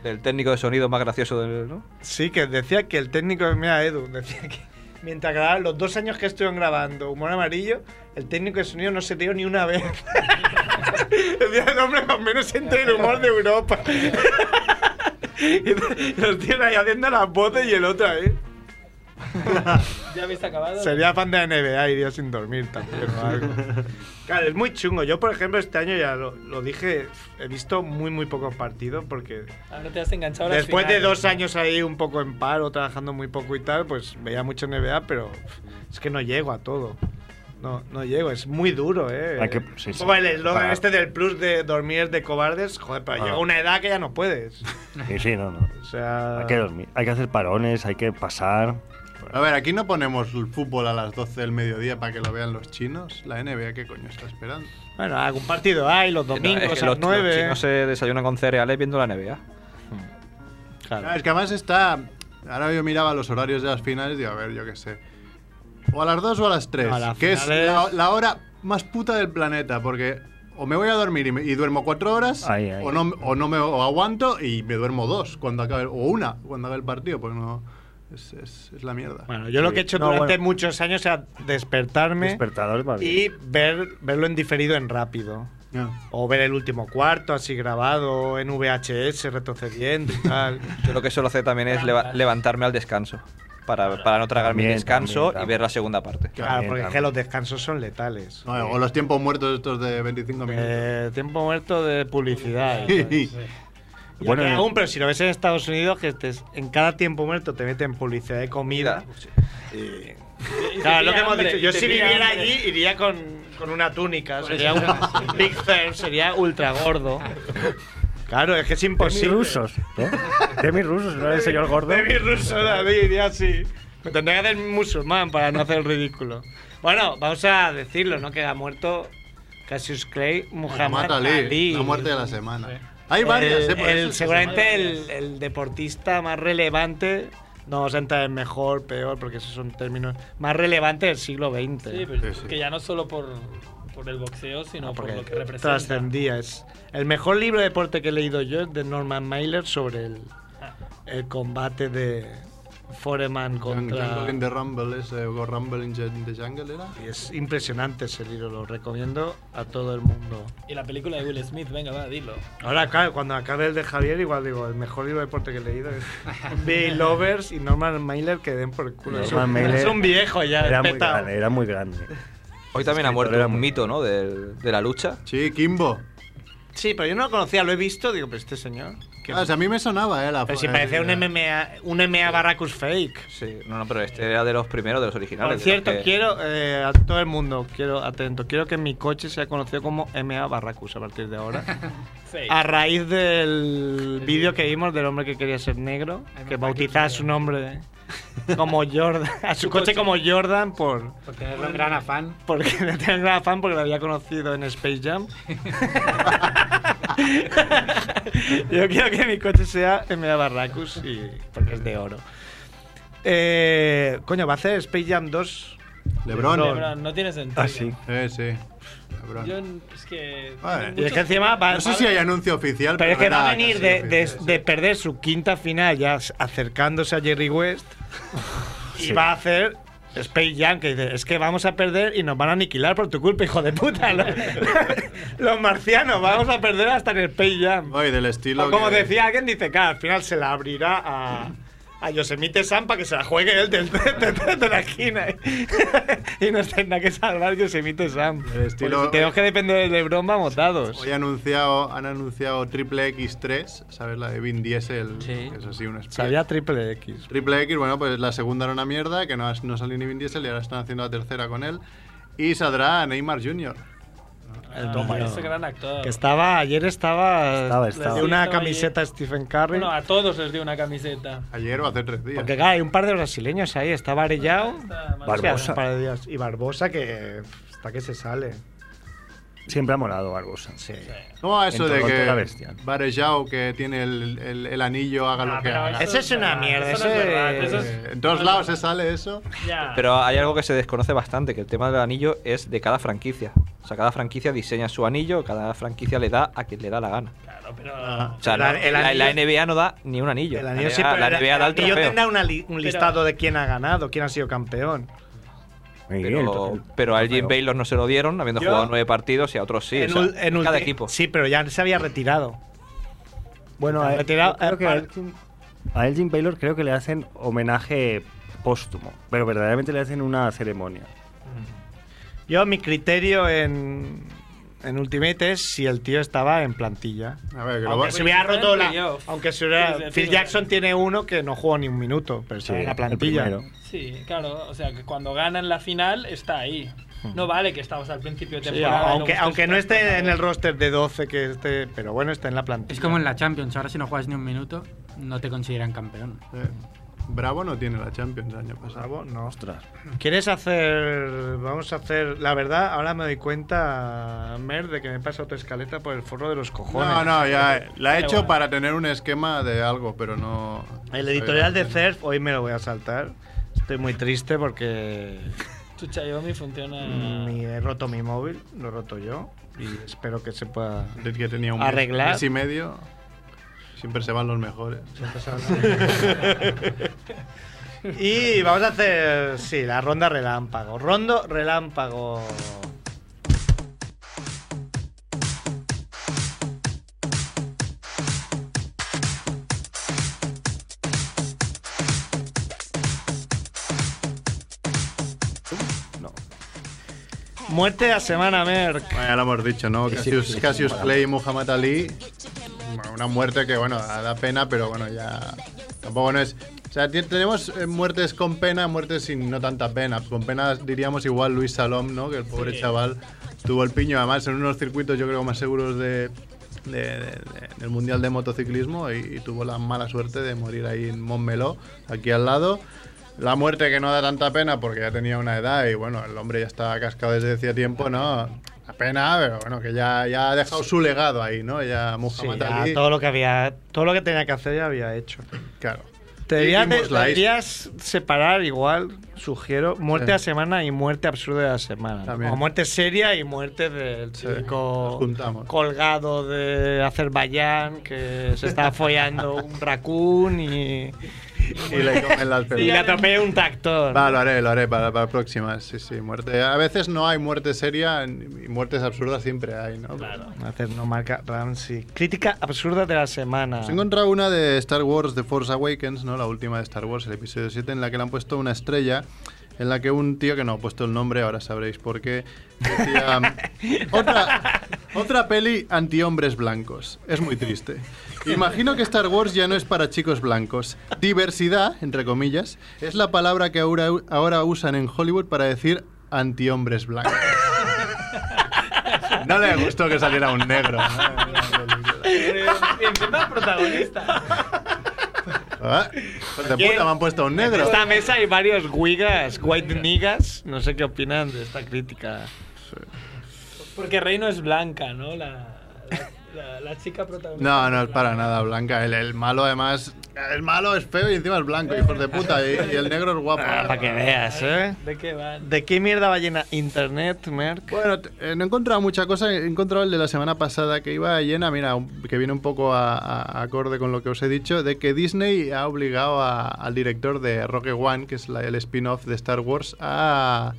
Speaker 8: Del técnico de sonido más gracioso del. ¿no?
Speaker 3: Sí, que decía que el técnico. Mira, Edu, decía que mientras grababan los dos años que estuvieron grabando humor amarillo, el técnico de sonido no se dio ni una vez. decía, el hombre más o menos entre el humor de Europa. y los tíos ahí haciendo las voces y el otro ahí.
Speaker 7: ¿Ya habéis acabado?
Speaker 3: Sería fan de la NBA y día sin dormir también o algo. Claro, es muy chungo. Yo, por ejemplo, este año ya lo, lo dije, he visto muy, muy pocos partidos porque
Speaker 7: Ahora te has enganchado a las
Speaker 3: después de
Speaker 7: finales.
Speaker 3: dos años ahí un poco en paro, trabajando muy poco y tal, pues veía mucho NBA, pero es que no llego a todo. No, no llego, es muy duro, ¿eh?
Speaker 9: Hay Ah, que- sí, sí.
Speaker 3: Como el eslogan
Speaker 9: Para-
Speaker 3: este del plus de dormir es de cobardes, joder, pero
Speaker 9: Ah.
Speaker 3: llega una edad que ya no puedes.
Speaker 9: Sí, sí, no, no.
Speaker 3: O sea...
Speaker 9: Hay que dormir, hay que hacer parones, hay que pasar.
Speaker 4: A ver, aquí no ponemos el fútbol a las 12 del mediodía para que lo vean los chinos. La NBA, ¿qué coño está esperando?
Speaker 3: Bueno, ah, algún partido hay, los domingos
Speaker 8: Es que
Speaker 3: a
Speaker 8: los,
Speaker 3: las nueve.
Speaker 8: los chinos se desayunan con cereales viendo la NBA.
Speaker 4: Claro, es que además está. Ahora yo miraba los horarios de las finales y digo, a ver, yo qué sé. O a las 2 o a las 3,
Speaker 3: No, a las
Speaker 4: que
Speaker 3: finales-
Speaker 4: es la, la hora más puta del planeta, porque o me voy a dormir y, me- y duermo 4 horas,
Speaker 9: Ahí, ahí.
Speaker 4: O, no, o no me o aguanto y me duermo 2 cuando acabe, el- o una cuando acabe el partido, pues no. Es, es- es la mierda.
Speaker 3: Bueno, yo lo que he hecho durante muchos años era despertarme
Speaker 9: Despertador, va bien.
Speaker 3: y ver, verlo en diferido en rápido. O ver el último cuarto así grabado en VHS retrocediendo y tal.
Speaker 8: Yo lo que suelo hacer también es leva- levantarme al descanso. Para, para no tragar mi
Speaker 3: También,
Speaker 8: descanso
Speaker 3: también, también.
Speaker 8: y ver la segunda parte.
Speaker 3: Claro, porque es que los descansos son letales.
Speaker 4: No, o los tiempos muertos estos de 25 minutos.
Speaker 3: Eh, tiempo muerto de publicidad. y tal. Ya
Speaker 4: Bueno,
Speaker 3: que
Speaker 4: y-
Speaker 3: aún, pero si lo ves en Estados Unidos, que estés- en cada tiempo muerto te meten publicidad de comida. Y- Claro, lo que hemos dicho. Yo si viviera allí iría con, con una túnica. Sería un Big Fair, sería ultra gordo. Claro, es que es imposible.
Speaker 9: rusos, ¿eh? Demi rusos, ¿no? El señor gordo.
Speaker 3: De mi ruso, no, yo iría así. Me tendría que hacer musulmán para no hacer el ridículo. Bueno, vamos a decirlo, ¿no? Que ha muerto Cassius Clay, Muhammad
Speaker 4: Muhammad Ali,
Speaker 3: Ali.
Speaker 4: la muerte de la semana. Hay varias,
Speaker 3: El-
Speaker 4: ¿eh? Por
Speaker 3: el-
Speaker 4: eso es que
Speaker 3: seguramente
Speaker 4: hay
Speaker 3: el, el deportista más relevante, no vamos a entrar en mejor, peor, porque esos son términos, más relevante del siglo XX.
Speaker 7: Sí, pero que ya no solo por, por el boxeo,
Speaker 3: Ah,
Speaker 7: sino por lo que representa.
Speaker 3: Trascendía. Es el mejor libro de deporte que he leído yo es de Norman Mailer sobre el,
Speaker 7: Ah.
Speaker 3: el combate de Foreman contra.
Speaker 4: Jungle in the Rumble, ese, o Rumble in the Jungle era.
Speaker 3: Y es impresionante ese libro, lo recomiendo a todo el mundo.
Speaker 7: Y la película de Will Smith, venga, va, dilo.
Speaker 3: Ahora, claro, cuando acabe el de Javier, igual digo, el mejor libro de deporte que he leído es Bill Lovers y Norman Mailer que den por el culo. Es un-
Speaker 9: Norman Mailer
Speaker 3: es un viejo ya,
Speaker 9: Era muy
Speaker 3: petao.
Speaker 9: grande, era muy grande.
Speaker 8: Hoy también ha muerto un mito, ¿no? De, de la lucha.
Speaker 4: Sí, Kimbo.
Speaker 3: Sí, pero yo no lo conocía, lo he visto, digo, pero este señor. ¿qué-
Speaker 4: Ah, o sea, a mí me sonaba, ¿eh? La
Speaker 3: Pero
Speaker 4: fo-
Speaker 3: si parecía
Speaker 4: eh,
Speaker 3: un MMA, un MMA Barracus fake.
Speaker 8: Sí, no, no, pero este era de los primeros, de los originales. de los
Speaker 3: Por cierto,
Speaker 8: que-
Speaker 3: quiero eh, a todo el mundo, quiero atento, quiero que mi coche sea conocido como MA Barracus a partir de ahora. a raíz del vídeo que vimos del hombre que quería ser negro, que bautizaba a su nombre ¿eh? como Jordan, a su coche como Jordan por
Speaker 18: Por tenerlo en gran afán.
Speaker 3: porque le tenía gran afán porque lo había conocido en Space Jam. Yo quiero que mi coche sea MA Barracus y, porque es de oro. Eh, coño, va a hacer Space Jam 2.
Speaker 4: Lebron.
Speaker 7: Lebron, no tiene sentido.
Speaker 4: Ah, sí. Eh, sí. Lebron.
Speaker 7: Yo es que.
Speaker 3: Vale.
Speaker 7: tiene
Speaker 3: Y es que
Speaker 7: muchos-
Speaker 3: encima va,
Speaker 4: No sé si hay anuncio oficial,
Speaker 3: pero
Speaker 4: pero,
Speaker 3: es que va
Speaker 4: era
Speaker 3: a venir
Speaker 4: casi
Speaker 3: de,
Speaker 4: oficial.
Speaker 3: de- de perder su quinta final ya s- acercándose a Jerry West y va a hacer Space Jam que dice es que vamos a perder y nos van a aniquilar por tu culpa hijo de puta ¿no? los marcianos vamos a perder hasta en Space Jam
Speaker 4: Oye, del estilo.
Speaker 3: o como
Speaker 4: que-
Speaker 3: decía alguien dice que al final se la abrirá a a Yosemite Sam para que se la juegue él de, de- de- de la esquina y nos tendrá que salvar Yosemite Sam
Speaker 4: estilo-
Speaker 3: Porque si tenemos que depender de LeBron vamos dados
Speaker 4: Hoy han anunciado, han anunciado Triple X3, ¿sabes? La de Vin Diesel, que es así un espía.
Speaker 3: sabía triple X
Speaker 4: Triple X, bueno, pues la segunda era una mierda, que no, no salió ni Vin Diesel y ahora están haciendo la tercera con él. Y saldrá Neymar Jr.
Speaker 3: El
Speaker 7: Ah,
Speaker 3: número.
Speaker 7: ese gran actor.
Speaker 3: Que estaba, ayer estaba,
Speaker 4: Estaba, estaba.
Speaker 3: de una
Speaker 7: Sí, estaba
Speaker 3: camiseta Stephen Curry.
Speaker 7: Bueno, a todos les dio una camiseta.
Speaker 4: Ayer o hace tres días.
Speaker 3: porque claro, hay un par de brasileños ahí, estaba Arellao.
Speaker 9: Barbosa.
Speaker 3: un par de días. Y Barbosa que pff, está que se sale.
Speaker 9: Siempre ha molado Barbosa.
Speaker 3: Sí.
Speaker 4: ¿Cómo va eso
Speaker 9: En
Speaker 4: de
Speaker 9: Toronto
Speaker 4: que
Speaker 9: era bestial.
Speaker 4: Varejao, que tiene el, el- el anillo, haga lo que haga?
Speaker 3: Ah, Eso es
Speaker 16: Ah,
Speaker 3: una mierda.
Speaker 4: Eso
Speaker 3: Eso
Speaker 4: no es
Speaker 3: es-
Speaker 4: verdad, eso es- En todos lados se sale eso.
Speaker 8: Pero hay algo que se desconoce bastante, que el tema del anillo es de cada franquicia. O sea, cada franquicia diseña su anillo, cada franquicia le da a quien le da la gana. O sea, la,
Speaker 3: Ah, El
Speaker 8: la-
Speaker 3: anillo-
Speaker 8: la NBA no da ni un anillo.
Speaker 3: El
Speaker 8: La
Speaker 3: anillo
Speaker 8: NBA
Speaker 3: siempre.
Speaker 8: la
Speaker 3: el
Speaker 8: NBA da el
Speaker 3: anillo
Speaker 8: trofeo.
Speaker 3: tendrá una li- un listado de quién ha ganado, quién ha sido campeón.
Speaker 8: Pero, pero a Elgin Baylor no se lo dieron, habiendo
Speaker 3: Yo-
Speaker 8: jugado nueve partidos, y a otros sí.
Speaker 3: En
Speaker 8: o
Speaker 3: ul-
Speaker 8: sea,
Speaker 3: en ulti-
Speaker 8: cada equipo.
Speaker 3: Sí, pero ya se había retirado.
Speaker 9: Bueno,
Speaker 3: Se
Speaker 9: a,
Speaker 3: había retirado.
Speaker 9: yo creo
Speaker 3: eh,
Speaker 9: que a
Speaker 3: par-
Speaker 9: Elgin, a Elgin Baylor creo que le hacen homenaje póstumo, pero verdaderamente le hacen una ceremonia.
Speaker 3: Yo, mi criterio en, en Ultimate es si el tío estaba en plantilla.
Speaker 4: A ver, que lo
Speaker 3: Aunque
Speaker 4: va-
Speaker 3: se hubiera roto la.
Speaker 7: Playoff.
Speaker 3: Aunque se hubiera-
Speaker 7: Sí, sí,
Speaker 3: Phil
Speaker 7: sí.
Speaker 3: Jackson tiene uno que no jugó ni un minuto, pero estaba
Speaker 9: Sí,
Speaker 3: en la
Speaker 9: el
Speaker 3: plantilla.
Speaker 9: primero.
Speaker 7: Sí, claro. O sea, que cuando ganan la final, está ahí.
Speaker 9: Hmm.
Speaker 7: No vale que estamos al principio de
Speaker 3: Sí,
Speaker 7: temporada. y
Speaker 3: aunque
Speaker 7: luego
Speaker 3: aunque
Speaker 7: estés
Speaker 3: no esté en el roster de 12 que esté. Pero bueno, está en la plantilla.
Speaker 16: Es como en la Champions, ahora si no juegas ni un minuto, no te consideran campeón.
Speaker 4: Eh, Bravo no tiene la Champions el año pasado.
Speaker 3: Bravo no. ¿Quieres hacer.? Vamos a hacer. La verdad, ahora me doy cuenta, Mer, de que me he pasado tu escaleta por el forro de los cojones.
Speaker 4: No, no, ya eh, la he hecho para tener un esquema de algo, pero no.
Speaker 3: El editorial de CERF, hoy me lo voy a saltar. Estoy muy triste porque
Speaker 7: Tu Xiaomi funciona.
Speaker 3: mi- he roto mi móvil, lo he roto yo. Y espero que se pueda
Speaker 4: Desde que tenía un mes-
Speaker 3: arreglar.
Speaker 4: mes y medio, siempre se van los mejores.
Speaker 3: Y vamos a hacer, sí, la ronda relámpago. Rondo relámpago. Muerte de la semana, Merck.
Speaker 4: Bueno, ya lo hemos dicho, ¿no? Cassius, Cassius Clay y Muhammad Ali. Una muerte que, bueno, da pena, pero bueno, ya. Tampoco no es. O sea, ti- tenemos eh, muertes con pena, muertes sin no tanta pena. Con pena diríamos igual Luis Salom, ¿no? Que el pobre
Speaker 2: Sí.
Speaker 4: chaval tuvo el piño, además, en unos circuitos yo creo más seguros de, de- de- de- del Mundial de Motociclismo y, y tuvo la mala suerte de morir ahí en Montmeló, aquí al lado. La muerte que no da tanta pena porque ya tenía una edad y bueno, el hombre ya estaba cascado desde hacía tiempo, ¿no? La pena, pero bueno, que ya, ya ha dejado su legado ahí, ¿no? Ya Muhammad
Speaker 3: Ya,
Speaker 4: Ali.
Speaker 3: todo lo que había, todo lo que tenía que hacer ya había hecho.
Speaker 4: Claro.
Speaker 3: Te
Speaker 4: Y- y
Speaker 3: deberías, de-
Speaker 4: Mosley.
Speaker 3: deberías separar igual, sugiero, muerte
Speaker 4: Sí.
Speaker 3: de la semana y muerte absurda de la semana.
Speaker 4: También.
Speaker 3: O muerte seria y muerte del típico
Speaker 4: juntamos.
Speaker 3: colgado de Azerbaiyán que se está follando un raccoon y,
Speaker 4: Y le comen las pelotas.
Speaker 3: y le atropella un tractor.
Speaker 4: Va, lo haré, lo haré para, para próximas. Sí, sí, muerte. A veces no hay muerte seria y muertes absurdas siempre hay, ¿no? Pues Claro.
Speaker 3: Hacer no marca Ramsey. Crítica absurda de la semana.
Speaker 4: Os Pues he encontrado una de Star Wars The Force Awakens, ¿no? La última de Star Wars, el episodio 7, en la que le han puesto una estrella, en la que un tío que no ha puesto el nombre, ahora sabréis por qué, decía otra, otra peli anti hombres blancos. Es muy triste. Imagino que Star Wars ya no es para chicos blancos. Diversidad, entre comillas, es la palabra que ahora, ahora usan en Hollywood para decir anti hombres blancos. No le gustó que saliera un negro. ¿no?
Speaker 7: Y encima el protagonista.
Speaker 4: Ah, pues de puta, me han puesto un
Speaker 3: En
Speaker 4: negro.
Speaker 3: esta mesa hay varios wigas, white niggas. No sé qué opinan de esta crítica.
Speaker 7: Porque Reino es blanca, ¿no? La, la- La, la chica protagonista.
Speaker 4: No, no es para nada blanca. El, el malo, además, el malo es feo y encima es blanco, hijos de puta. Y, y el negro es guapo.
Speaker 19: para que veas, ¿eh?
Speaker 7: ¿De qué van?
Speaker 19: ¿De qué mierda va llena Internet, Merck?
Speaker 4: Bueno, t- eh, no he encontrado mucha cosa. He encontrado el de la semana pasada que iba llena, mira, un- que viene un poco a, a- acorde con lo que os he dicho, de que Disney ha obligado a- al director de Rogue One, que es la- el spin-off de Star Wars, a,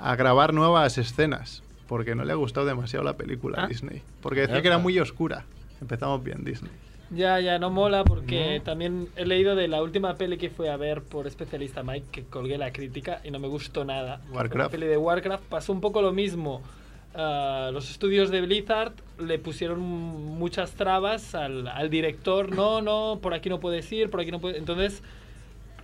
Speaker 4: a grabar nuevas escenas. Porque no le ha gustado demasiado la película
Speaker 7: Ah.
Speaker 4: a Disney. Porque decía que era muy oscura. Empezamos bien, Disney.
Speaker 7: Ya, ya, no mola porque también he leído de la última peli que fui a ver por especialista Mike, que colgué la crítica y no me gustó nada. Que fue La
Speaker 4: Warcraft.
Speaker 7: peli de Warcraft pasó un poco lo mismo. Ah, los estudios de Blizzard le pusieron muchas trabas al, al director. No, no, por aquí no puedes ir, por aquí no puedes... Entonces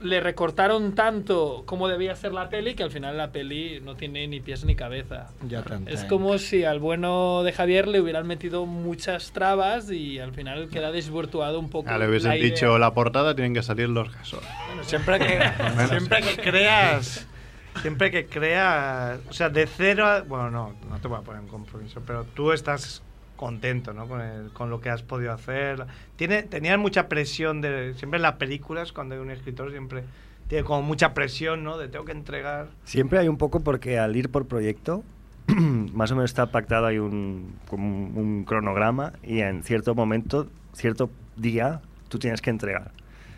Speaker 7: le recortaron tanto como debía ser la peli que al final la peli no tiene ni pies ni cabeza.
Speaker 19: Ya te
Speaker 7: Es
Speaker 19: entiendo.
Speaker 7: como si al bueno de Javier le hubieran metido muchas trabas y al final queda desvirtuado un poco.
Speaker 4: Ya Ah, le hubiesen
Speaker 7: la idea.
Speaker 4: dicho la portada, tienen que salir los gasos.
Speaker 19: Bueno,
Speaker 3: Siempre que,
Speaker 4: menos.
Speaker 3: siempre que creas. Siempre que creas. O sea, de cero a. Bueno, no, no te voy a poner en compromiso, pero tú estás contento, ¿no? Con, el- con lo que has podido hacer. Tiene, tenían mucha presión de. Siempre en las películas, cuando hay un escritor, siempre tiene como mucha presión, ¿no? De tengo que entregar.
Speaker 9: Siempre hay un poco porque al ir por proyecto, más o menos está pactado, hay un, como un, un cronograma y en cierto momento, cierto día, tú tienes que entregar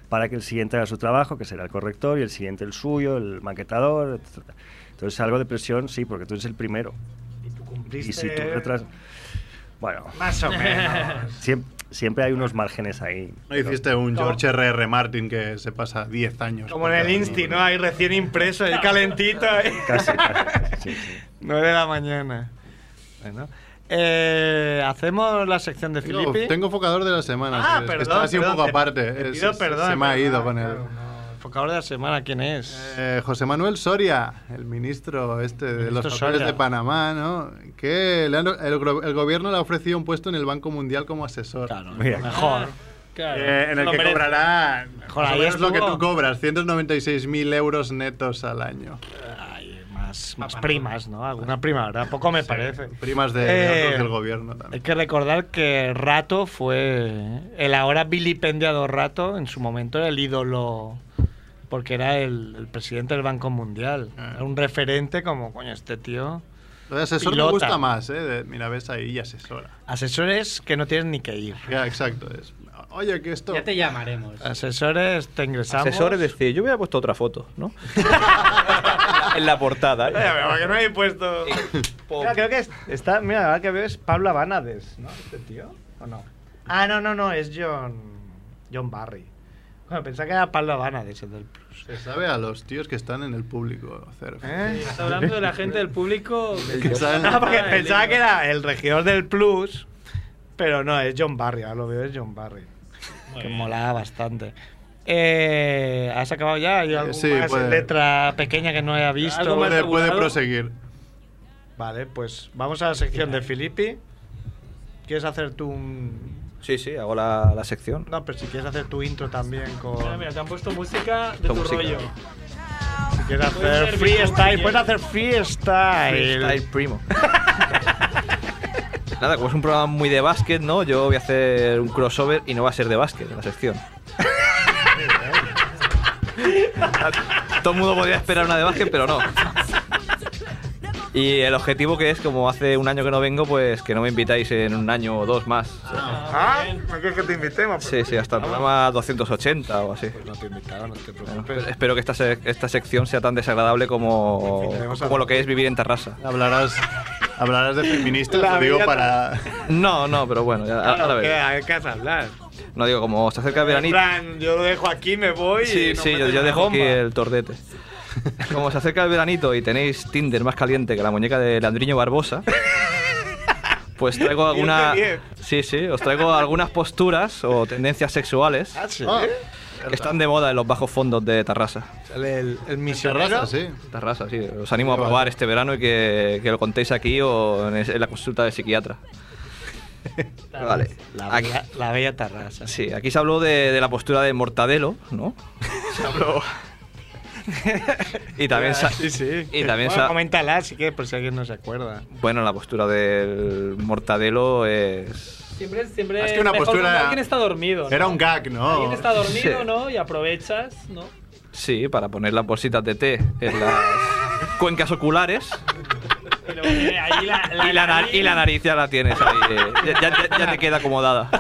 Speaker 9: para que el siguiente haga su trabajo, que será el corrector, y el siguiente el suyo, el maquetador, etc. Entonces algo de presión, sí, porque tú eres el primero. Y si tú
Speaker 3: Cumpliste
Speaker 9: retras... Bueno,
Speaker 3: Más o menos.
Speaker 9: siem- siempre hay unos márgenes ahí.
Speaker 4: No hiciste un George R.R. Martin que se pasa 10 años.
Speaker 3: Como en el Insti, ¿no? Ahí recién impreso, ahí calentito. ahí.
Speaker 9: Casi,
Speaker 3: Nueve de la mañana. Bueno. Eh, ¿Hacemos la sección de
Speaker 4: Tengo,
Speaker 3: Filipe?
Speaker 4: tengo focador de la semana.
Speaker 3: Ah,
Speaker 4: es que
Speaker 3: perdón.
Speaker 4: Está así un
Speaker 3: perdón,
Speaker 4: poco
Speaker 3: te-
Speaker 4: aparte.
Speaker 3: te
Speaker 4: Es-
Speaker 3: pido
Speaker 4: es-
Speaker 3: perdón.
Speaker 4: se me ha ido con él.
Speaker 3: El focador de la semana, ¿quién es?
Speaker 4: Eh, José Manuel Soria, el ministro este de
Speaker 3: Ministro
Speaker 4: los papeles
Speaker 3: Soria.
Speaker 4: de Panamá, ¿no? Que le han- el, gro- el gobierno le ha ofrecido un puesto en el Banco Mundial como asesor.
Speaker 9: Mira.
Speaker 3: Mejor.
Speaker 4: Eh, en el que cobrará
Speaker 3: Mejor,
Speaker 4: más o
Speaker 3: ahí
Speaker 4: menos lo que
Speaker 3: estuvo.
Speaker 4: tú cobras, 196.000 euros netos al año.
Speaker 3: Ay, más, más primas, ¿no? Alguna prima, ¿verdad? Poco me parece. Eh,
Speaker 4: Primas de, de otros del gobierno también.
Speaker 3: Hay que recordar que Rato fue el ahora vilipendiado Rato, en su momento era el ídolo, porque era el, el presidente del Banco Mundial. Era un referente como, coño, este tío.
Speaker 4: Ah. Lo de asesor
Speaker 3: pilota.
Speaker 4: me gusta más, ¿eh? De- mira, ves ahí asesora.
Speaker 3: Asesores que no tienen ni que ir.
Speaker 4: Ya, exacto. Es. Oye, que esto.
Speaker 20: Ya te llamaremos.
Speaker 3: Asesores, te ingresamos.
Speaker 8: Asesores decir, yo hubiera puesto otra foto, ¿no? en la portada. ¿eh?
Speaker 3: Mira, mira, que no he puesto. Mira, creo que es- está. Mira, la verdad que veo es Pablo Abanades, ¿no? Este tío. ¿O no? Ah, no, no, no, es John. John Barry. Bueno, pensaba que era Pablo Abanades el del Plus.
Speaker 4: Se sabe a los tíos que están en el público hacer.
Speaker 3: ¿Eh?
Speaker 7: Está Hablando de la gente del público.
Speaker 4: Que saben-
Speaker 3: Ah, porque
Speaker 7: Ah, el
Speaker 3: pensaba
Speaker 7: libro.
Speaker 3: que era el regidor del Plus, pero no, es John Barry, ahora lo veo, es John Barry. que molaba bastante. Eh, ¿Has acabado ya? ¿Hay algo
Speaker 4: sí,
Speaker 3: más en
Speaker 4: puede.
Speaker 3: letra pequeña que no haya visto?
Speaker 4: Puede, puede proseguir.
Speaker 3: Vale, pues vamos a la sección de Filippi. ¿Quieres hacer tu un...
Speaker 8: Sí, sí, hago la, la sección.
Speaker 3: No, pero si quieres hacer tu intro también con...
Speaker 7: Mira, mira, te han puesto música de
Speaker 8: Esta
Speaker 7: tu
Speaker 8: música.
Speaker 7: rollo.
Speaker 3: Si quieres
Speaker 7: puedes
Speaker 3: hacer
Speaker 7: ser
Speaker 3: freestyle,
Speaker 7: Vicente
Speaker 3: puedes
Speaker 7: Miguel.
Speaker 3: hacer freestyle.
Speaker 8: Freestyle primo. Nada, como es un programa muy de básquet, ¿no? Yo voy a hacer un crossover y no va a ser de básquet la sección. Todo el mundo podía esperar una de básquet, pero no. Y el objetivo que es, como hace un año que no vengo, pues que no me invitáis en un año o dos más.
Speaker 3: Ah, no quieres que te invitemos.
Speaker 8: Sí, sí, hasta el programa 280 o así.
Speaker 3: Pues No te invitaron, no te
Speaker 8: Bueno, pues
Speaker 3: preocupes.
Speaker 8: espero que esta, se- esta sección sea tan desagradable como, como lo que es vivir en Terrassa.
Speaker 4: Hablarás, hablarás de feministas,
Speaker 3: La
Speaker 4: lo digo
Speaker 3: vida-
Speaker 4: para.
Speaker 8: No, no, pero bueno, ya,
Speaker 3: Claro,
Speaker 8: ahora
Speaker 3: ¿qué?
Speaker 8: veré.
Speaker 3: ¿A qué has de hablar?
Speaker 8: No digo, como se acerca el
Speaker 3: En
Speaker 8: veranito.
Speaker 3: plan, yo lo dejo aquí, me voy.
Speaker 8: Sí,
Speaker 3: y nos
Speaker 8: sí, yo,
Speaker 3: meten
Speaker 8: yo
Speaker 3: una
Speaker 8: dejo aquí
Speaker 3: bomba.
Speaker 8: el tordete. Como se acerca el veranito y tenéis Tinder más caliente que la muñeca de Landriño Barbosa, pues traigo
Speaker 3: Diez de
Speaker 8: alguna.
Speaker 3: diez.
Speaker 8: Sí, sí, os traigo algunas posturas o tendencias sexuales
Speaker 3: Ah, sí.
Speaker 8: que están de moda en los bajos fondos de Tarrasa.
Speaker 3: Sale el, el misionero.
Speaker 4: Terrassa, sí.
Speaker 8: Tarrasa, sí. Os animo a probar este verano y que, que lo contéis aquí o en, es- en la consulta de psiquiatra. Vale.
Speaker 3: La,
Speaker 8: Aquí-
Speaker 3: bella, la bella terraza.
Speaker 8: Sí, aquí se habló de, de la postura de Mortadelo, ¿no? Se habló. y también sa-
Speaker 3: Sí, sí.
Speaker 8: Y también
Speaker 3: bueno,
Speaker 8: sa-
Speaker 3: coméntala si quieres, por si alguien no se acuerda.
Speaker 8: Bueno, la postura del Mortadelo es.
Speaker 7: Siempre, siempre
Speaker 4: Es que una
Speaker 7: mejor
Speaker 4: postura
Speaker 7: cuando
Speaker 4: era-
Speaker 7: alguien está dormido. ¿no?
Speaker 4: era un gag, ¿no?
Speaker 7: Alguien está dormido,
Speaker 8: Sí.
Speaker 7: ¿no? Y aprovechas, ¿no?
Speaker 8: Sí, para poner las bolsitas de té en las cuencas oculares.
Speaker 7: Pero eh, ahí la, la,
Speaker 8: Y la, nar- y la nariz ya la tienes ahí. eh, ya, ya- ya- ya te queda acomodada.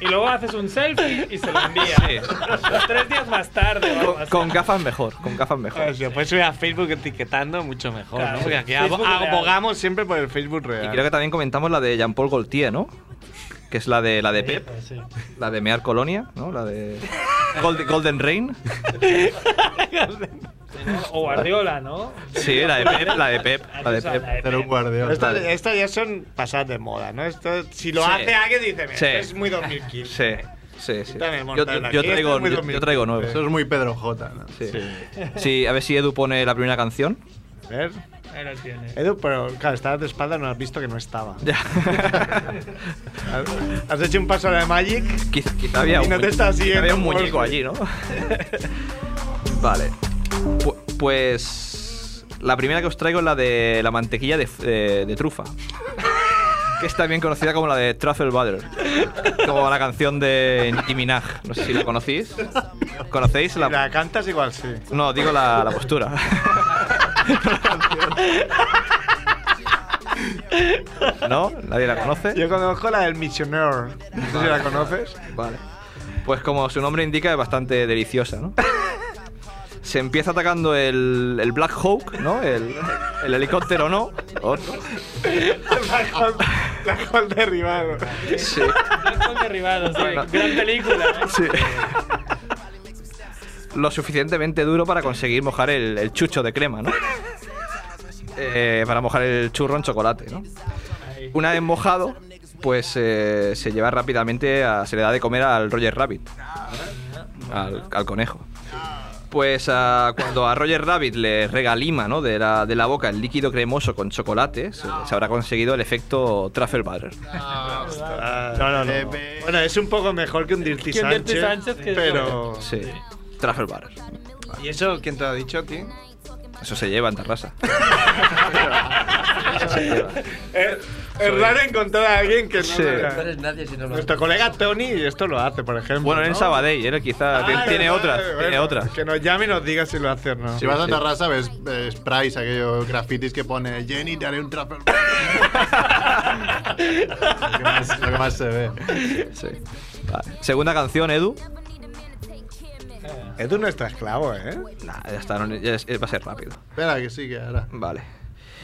Speaker 7: y luego haces un selfie y se lo envías. Tres días más tarde. o algo
Speaker 8: Con, con gafas mejor, con gafas mejor.
Speaker 3: Ah,
Speaker 21: Si os puedes subir a Facebook etiquetando, mucho mejor,
Speaker 8: Claro,
Speaker 21: ¿no? Porque aquí abo-
Speaker 8: Facebook real.
Speaker 21: abogamos siempre por el Facebook
Speaker 8: Y
Speaker 21: real.
Speaker 8: creo que también comentamos la de Jean-Paul Gaultier, ¿no? Que es la de la de Pep,
Speaker 3: pues
Speaker 8: la de Mear Colonia, ¿no? La de Gold- Golden Rain.
Speaker 7: así. O Guardiola, ¿no?
Speaker 8: Sí, la de Pep, la de Pep, la de Pep.
Speaker 4: Pero
Speaker 8: Guardiola.
Speaker 3: Estas estas ya son pasadas de moda, ¿no? Esto, si lo
Speaker 8: Sí.
Speaker 3: hace alguien, dice, mira,
Speaker 8: Sí.
Speaker 3: esto es muy 2015.
Speaker 8: Sí, sí, sí.
Speaker 3: Quítame el
Speaker 8: Yo,
Speaker 3: mortal
Speaker 8: yo
Speaker 3: aquí, esto
Speaker 8: traigo,
Speaker 3: es muy
Speaker 8: yo,
Speaker 3: 2000.
Speaker 8: yo traigo nueve.
Speaker 4: Eso es muy Pedro J. ¿no?
Speaker 8: Sí. Sí, a ver si Edu pone la primera canción.
Speaker 3: A ver.
Speaker 7: Ahí lo tiene.
Speaker 3: Edu, pero claro, estabas de espalda, no has visto que no estaba. has hecho un paso de Magic.
Speaker 8: Quizá, había
Speaker 3: y no
Speaker 8: un
Speaker 3: te
Speaker 8: muñe-
Speaker 3: estás siguiendo.
Speaker 8: había un
Speaker 3: por-
Speaker 8: muñeco allí, ¿no? Vale. Pu- pues. La primera que os traigo es la de la mantequilla de, f- de- de trufa. Que es también conocida como la de Truffle Butter. Como la canción de Nicki Minaj. No sé si la conocéis. ¿Conocéis? La,
Speaker 3: cantas igual, sí.
Speaker 8: No, digo la, la postura. ¿No? ¿Nadie la conoce?
Speaker 3: Yo conozco la del Missioner. No sé si la conoces.
Speaker 8: Vale. Pues como su nombre indica, es bastante deliciosa, ¿no? Se empieza atacando el, el Black Hawk, ¿no? El, el helicóptero, ¿no? Otro.
Speaker 3: La cual derribado.
Speaker 8: Sí.
Speaker 7: Con derribados, sí. Gran película. ¿eh?
Speaker 8: Sí. Lo suficientemente duro para conseguir mojar el, el chucho de crema, ¿no? Eh, para mojar el churro en chocolate, ¿no? Una vez mojado, pues eh, se lleva rápidamente, a- se le da de comer al Roger Rabbit, al, al conejo. Pues ah, cuando a Roger Rabbit le regalima ¿no? de, la, de la boca el líquido cremoso con chocolate, se, se habrá conseguido el efecto Truffle Butter.
Speaker 3: No, no, no. Bueno, es un poco mejor que un Dirty
Speaker 7: Que un
Speaker 3: Sánchez.
Speaker 7: Dirty Sánchez, que es
Speaker 3: pero.
Speaker 8: Sí, Truffle Butter.
Speaker 3: ¿Y eso quién te lo ha dicho a ti?
Speaker 8: Eso se lleva en terraza.
Speaker 7: Eh,
Speaker 3: Es, es raro encontrar a alguien que no.
Speaker 8: Sí.
Speaker 3: lo-
Speaker 8: No
Speaker 14: eres nadie si no lo
Speaker 3: Nuestro colega Tony esto lo hace, por ejemplo.
Speaker 8: Bueno, en
Speaker 3: ¿no?
Speaker 8: Sabadell, él quizá tiene-
Speaker 3: Ah,
Speaker 8: tiene
Speaker 3: vale,
Speaker 8: otras,
Speaker 3: bueno,
Speaker 8: tiene otras.
Speaker 3: Que nos llame y nos diga si lo hace o no.
Speaker 4: Si vas a Tarrasa ves eh, sprays, aquellos grafitis que pone Jenny, te haré un trapper. lo, que más, lo que más se ve.
Speaker 8: Sí. Vale. Segunda canción, Edu.
Speaker 3: Edu no está esclavo, ¿eh?
Speaker 8: Nah, ya está, no- ya es- va a ser rápido.
Speaker 4: Espera, que sí, que ahora.
Speaker 8: Vale.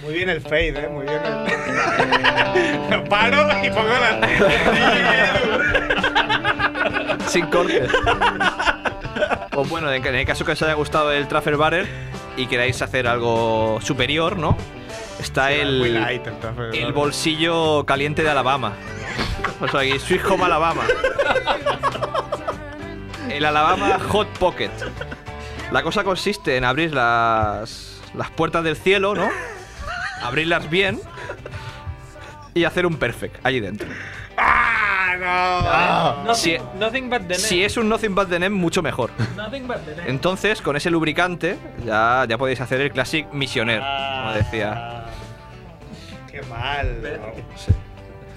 Speaker 3: Muy bien el fade, ¿eh? Muy bien el. Lo paro y pongo la.
Speaker 8: Sin cortes. Pues bueno, en en el caso que os haya gustado el Traffer Barrel y queráis hacer algo superior, ¿no? Está
Speaker 3: Muy
Speaker 8: el,
Speaker 3: light el Truffle
Speaker 8: el
Speaker 3: Butter.
Speaker 8: bolsillo caliente de Alabama. O sea, aquí Sweet Home Alabama. El Alabama Hot Pocket. La cosa consiste en abrir las, las puertas del cielo, ¿no? Abrirlas bien y hacer un perfect allí dentro.
Speaker 3: ¡Ah,
Speaker 7: no!
Speaker 8: Si-
Speaker 7: Nothing, nothing but the net.
Speaker 8: Si es un Nothing But The Name, mucho mejor.
Speaker 7: Nothing but the net.
Speaker 8: Entonces, con ese lubricante, ya, ya podéis hacer el Classic Missioner,
Speaker 7: Ah.
Speaker 8: como decía.
Speaker 3: Ah. ¡Qué mal!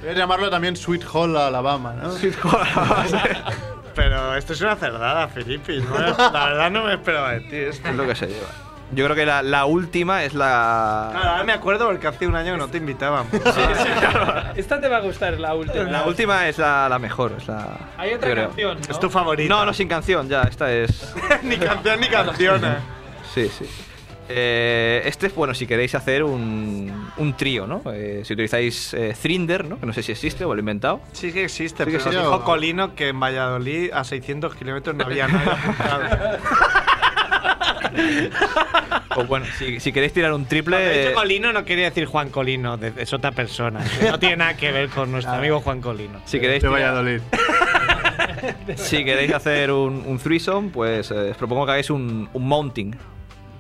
Speaker 4: Debes llamarlo también Sweet Hall Alabama, ¿no? Sweet
Speaker 8: Hall
Speaker 3: Pero esto es una cerdada, Filippi. ¿no? La verdad no me esperaba de ti esto.
Speaker 8: Es lo que se lleva. Yo creo que la, la última es la.
Speaker 3: Claro, ahora me acuerdo porque hace un año que no te invitaban.
Speaker 7: Esta te va a gustar, la última.
Speaker 8: La última es la, la mejor. Es la,
Speaker 7: Hay otra
Speaker 8: yo creo.
Speaker 7: canción, ¿no?
Speaker 3: Es tu favorita.
Speaker 8: No, no, sin canción, ya, esta es.
Speaker 3: ni canción ni canción. eh.
Speaker 8: Sí, sí. Eh, este es, bueno, si queréis hacer un, un trío, ¿no? Eh, si utilizáis eh, Thrinder, ¿no? Que no sé si existe o lo he inventado.
Speaker 3: Sí que existe,
Speaker 8: Sí que
Speaker 3: pero
Speaker 8: existe.
Speaker 3: dijo Colino que en Valladolid a 600 kilómetros no había nada.
Speaker 8: O bueno, si, si queréis tirar un
Speaker 3: De
Speaker 8: triple. eh,
Speaker 3: hecho, Colino no quería decir Juan Colino, de- es otra persona. que No tiene nada que ver con nuestro amigo Juan Colino.
Speaker 8: Si queréis,
Speaker 3: De
Speaker 4: Valladolid.
Speaker 8: si queréis hacer un, un threesome, pues eh, os propongo que hagáis un, un mounting.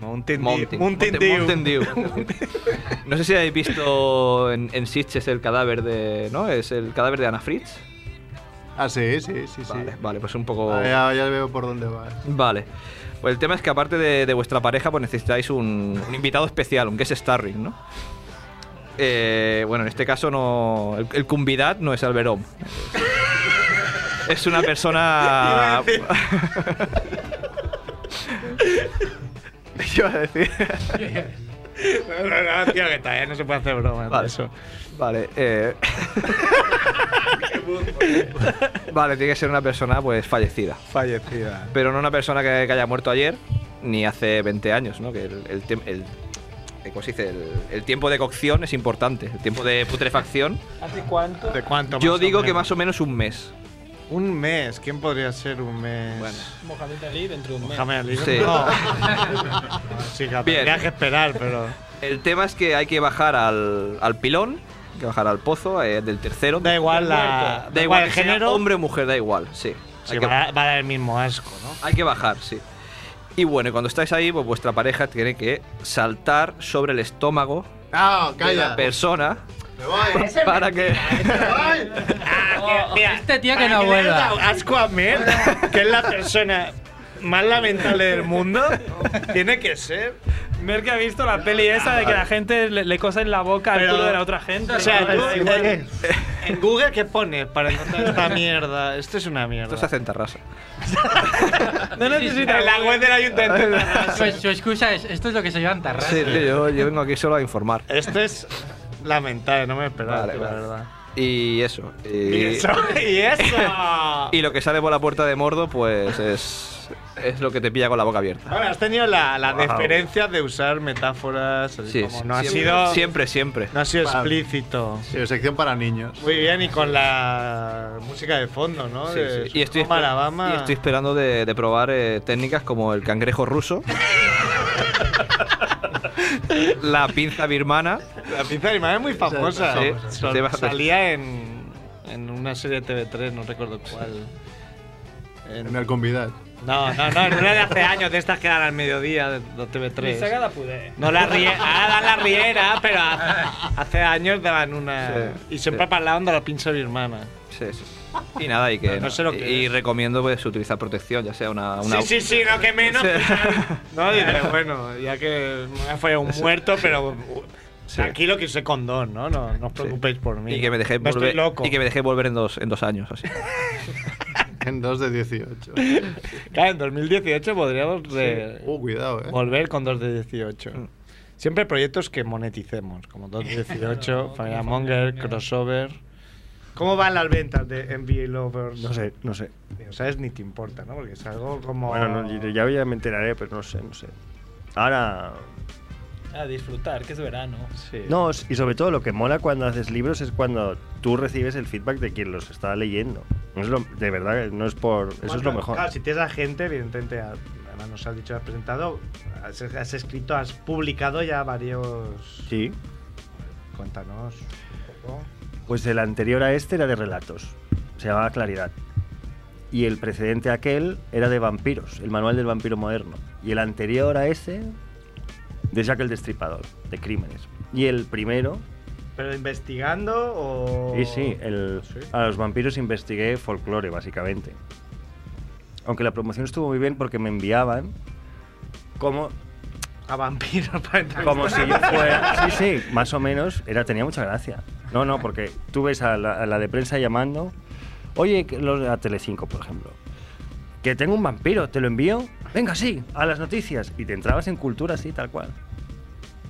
Speaker 3: Mountain,
Speaker 8: mounting.
Speaker 3: Mountain
Speaker 8: Mountain-
Speaker 3: Dew.
Speaker 8: Mountain Dew. No sé si habéis visto en, en Sitges el cadáver de. ¿No? Es el cadáver de Ana Fritz.
Speaker 4: Ah, sí, sí, sí. sí.
Speaker 8: Vale, vale, pues un poco.
Speaker 4: Ah, ya, ya veo por dónde va. eh.
Speaker 8: Vale. Pues el tema es que aparte de, de vuestra pareja, pues necesitáis un, un invitado especial, un guest starring, ¿no? Eh, bueno, en este caso no. El, el convidat no es Alberón. es una persona. Yo iba a decir.
Speaker 3: No, no, no, tío, que todavía no se puede hacer broma.
Speaker 8: Vale, eso. Vale, eh. vale, tiene que ser una persona pues fallecida.
Speaker 3: Fallecida.
Speaker 8: Pero no una persona que, que haya muerto ayer ni hace 20 años, ¿no? Que el, el tem- el- eh, ¿cómo se dice? El, el tiempo de cocción es importante. El tiempo de putrefacción.
Speaker 7: ¿Hace cuánto?
Speaker 3: ¿De cuánto?
Speaker 8: Yo digo que más o menos un mes.
Speaker 3: Un mes. ¿Quién podría ser un mes? Bueno.
Speaker 7: Mohamed Ali dentro de un mes.
Speaker 3: Mohamed Ali.
Speaker 8: Sí.
Speaker 3: No. sí, que
Speaker 8: Bien.
Speaker 3: tendría que esperar, pero.
Speaker 8: El tema es que hay que bajar al, al pilón, hay que bajar al pozo eh, del tercero. Da
Speaker 3: igual la-
Speaker 8: Da,
Speaker 3: da
Speaker 8: igual
Speaker 3: igual
Speaker 8: el
Speaker 3: el
Speaker 8: género.
Speaker 3: género.
Speaker 8: Hombre o mujer, da igual, sí.
Speaker 3: Sí, va, a- va a dar el mismo asco, ¿no?
Speaker 8: Hay que bajar, sí. Y bueno, y cuando estáis ahí, pues vuestra pareja tiene que saltar sobre el estómago
Speaker 4: ¡Ah,
Speaker 8: de la
Speaker 4: calla!
Speaker 8: persona para que.
Speaker 16: este tío que
Speaker 3: Ah, Para
Speaker 16: no
Speaker 3: le hayas
Speaker 16: vuelva.
Speaker 3: dado Asco a Mer, que es la persona más lamentable del mundo, tiene que ser.
Speaker 7: Mer que ha visto la peli esa de que la gente le, le cosa en la boca al
Speaker 3: Pero-
Speaker 7: culo de la otra gente.
Speaker 3: O sea,
Speaker 7: ¿no?
Speaker 3: tú,
Speaker 7: Es igual.
Speaker 3: en, en Google, ¿qué pones para encontrar esta mierda? Esto es una mierda.
Speaker 8: Esto se hace en Tarrasa.
Speaker 7: no necesitas.
Speaker 3: En la web del ayuntamiento.
Speaker 16: Su, su excusa es, esto es lo que se lleva en Tarrasa.
Speaker 8: Sí, tío, yo, yo vengo aquí solo a informar.
Speaker 3: Esto es lamentable, no me esperaba,
Speaker 8: Vale,
Speaker 3: tío,
Speaker 8: vale.
Speaker 3: la verdad.
Speaker 8: Y eso. Y,
Speaker 3: Y eso, y eso.
Speaker 8: y lo que sale por la puerta de Mordo, pues es. Es lo que te pilla con la boca abierta.
Speaker 3: Bueno, has tenido la, la
Speaker 8: Wow.
Speaker 3: deferencia de usar metáforas. así
Speaker 8: Sí,
Speaker 3: como
Speaker 8: sí,
Speaker 3: no ha
Speaker 8: siempre,
Speaker 3: sido.
Speaker 8: Siempre, siempre.
Speaker 3: No ha sido explícito.
Speaker 4: Sí, sección para niños.
Speaker 3: Muy bien, y con la música de fondo, ¿no?
Speaker 8: Sí,
Speaker 3: De
Speaker 8: sí. Y, estoy
Speaker 3: Sodoma,
Speaker 8: esper-
Speaker 3: Alabama.
Speaker 8: y estoy esperando de, de probar eh, técnicas como el cangrejo ruso, la pinza birmana.
Speaker 3: La pizza de Animal es muy famosa.
Speaker 8: Sí,
Speaker 3: Sol-
Speaker 8: sí, bastante.
Speaker 3: salía en, en una serie de TV3, no recuerdo cuál.
Speaker 4: En el convidad.
Speaker 3: No, no, no, en una de hace años, de estas que eran al mediodía de, de
Speaker 7: Ni se haga
Speaker 3: TV3.
Speaker 7: la pudé.
Speaker 3: No la riera, ahora dan la riera, pero hace, hace años daban una.
Speaker 8: Sí,
Speaker 3: y siempre
Speaker 8: sí.
Speaker 3: hablaban de la pinza birmana.
Speaker 8: Sí, sí. Y nada, y que.
Speaker 3: No sé lo que
Speaker 8: y, y recomiendo pues, utilizar protección, ya sea una. una-
Speaker 3: Sí, sí, sí, no, que menos.
Speaker 8: Sí.
Speaker 3: No, diré, bueno, ya que me fue un muerto, pero. Tranquilo que usé condón, ¿no? No, no os preocupéis por mí.
Speaker 8: Y que me dejéis
Speaker 3: no
Speaker 8: volver.
Speaker 3: Estoy loco.
Speaker 8: Y que me dejéis volver en dos, en dos años, así.
Speaker 4: En 2 de 18.
Speaker 3: Claro, en 2018 podríamos re-
Speaker 4: Uh, cuidado, eh.
Speaker 3: volver con 2 de 18. Siempre proyectos que moneticemos, como 2 de 18, Familia Monger, crossover. ¿Cómo van las ventas de NBA Lovers?
Speaker 9: No sé, no sé.
Speaker 3: O sea, es ni te importa, ¿no? Porque es algo como.
Speaker 9: Bueno, no, ya, ya me enteraré, pero no sé, no sé. Ahora. eh,
Speaker 7: A disfrutar, que es verano.
Speaker 3: Sí.
Speaker 9: No, y sobre todo lo que mola cuando haces libros es cuando tú recibes el feedback de quien los está leyendo. No es lo- de verdad, no es por. Eso es lo
Speaker 3: Claro,
Speaker 9: mejor.
Speaker 3: Claro, si tienes a gente, evidentemente, a- además nos has dicho, has presentado, has, has escrito, has publicado ya varios.
Speaker 9: Sí.
Speaker 3: Cuéntanos un poco.
Speaker 9: Pues el anterior a este era de relatos. Se llamaba Claridad. Y el precedente a aquel era de vampiros, el manual del vampiro moderno. Y el anterior a ese, de Jack el Destripador, de crímenes. Y el primero,
Speaker 3: ¿Pero investigando o.?
Speaker 9: y sí, el-
Speaker 3: Sí.
Speaker 9: a los vampiros investigué folclore, básicamente. Aunque la promoción estuvo muy bien porque me enviaban como
Speaker 3: A vampiros para entrevistar.
Speaker 9: Como si yo fuera. Sí, sí, más o menos. Era, tenía mucha gracia. No, no, porque tú ves a la, a la de prensa llamando. Oye, que los a Telecinco, por ejemplo. Que tengo un vampiro, te lo envío. Venga, sí, a las noticias. Y te entrabas en cultura, sí, tal cual.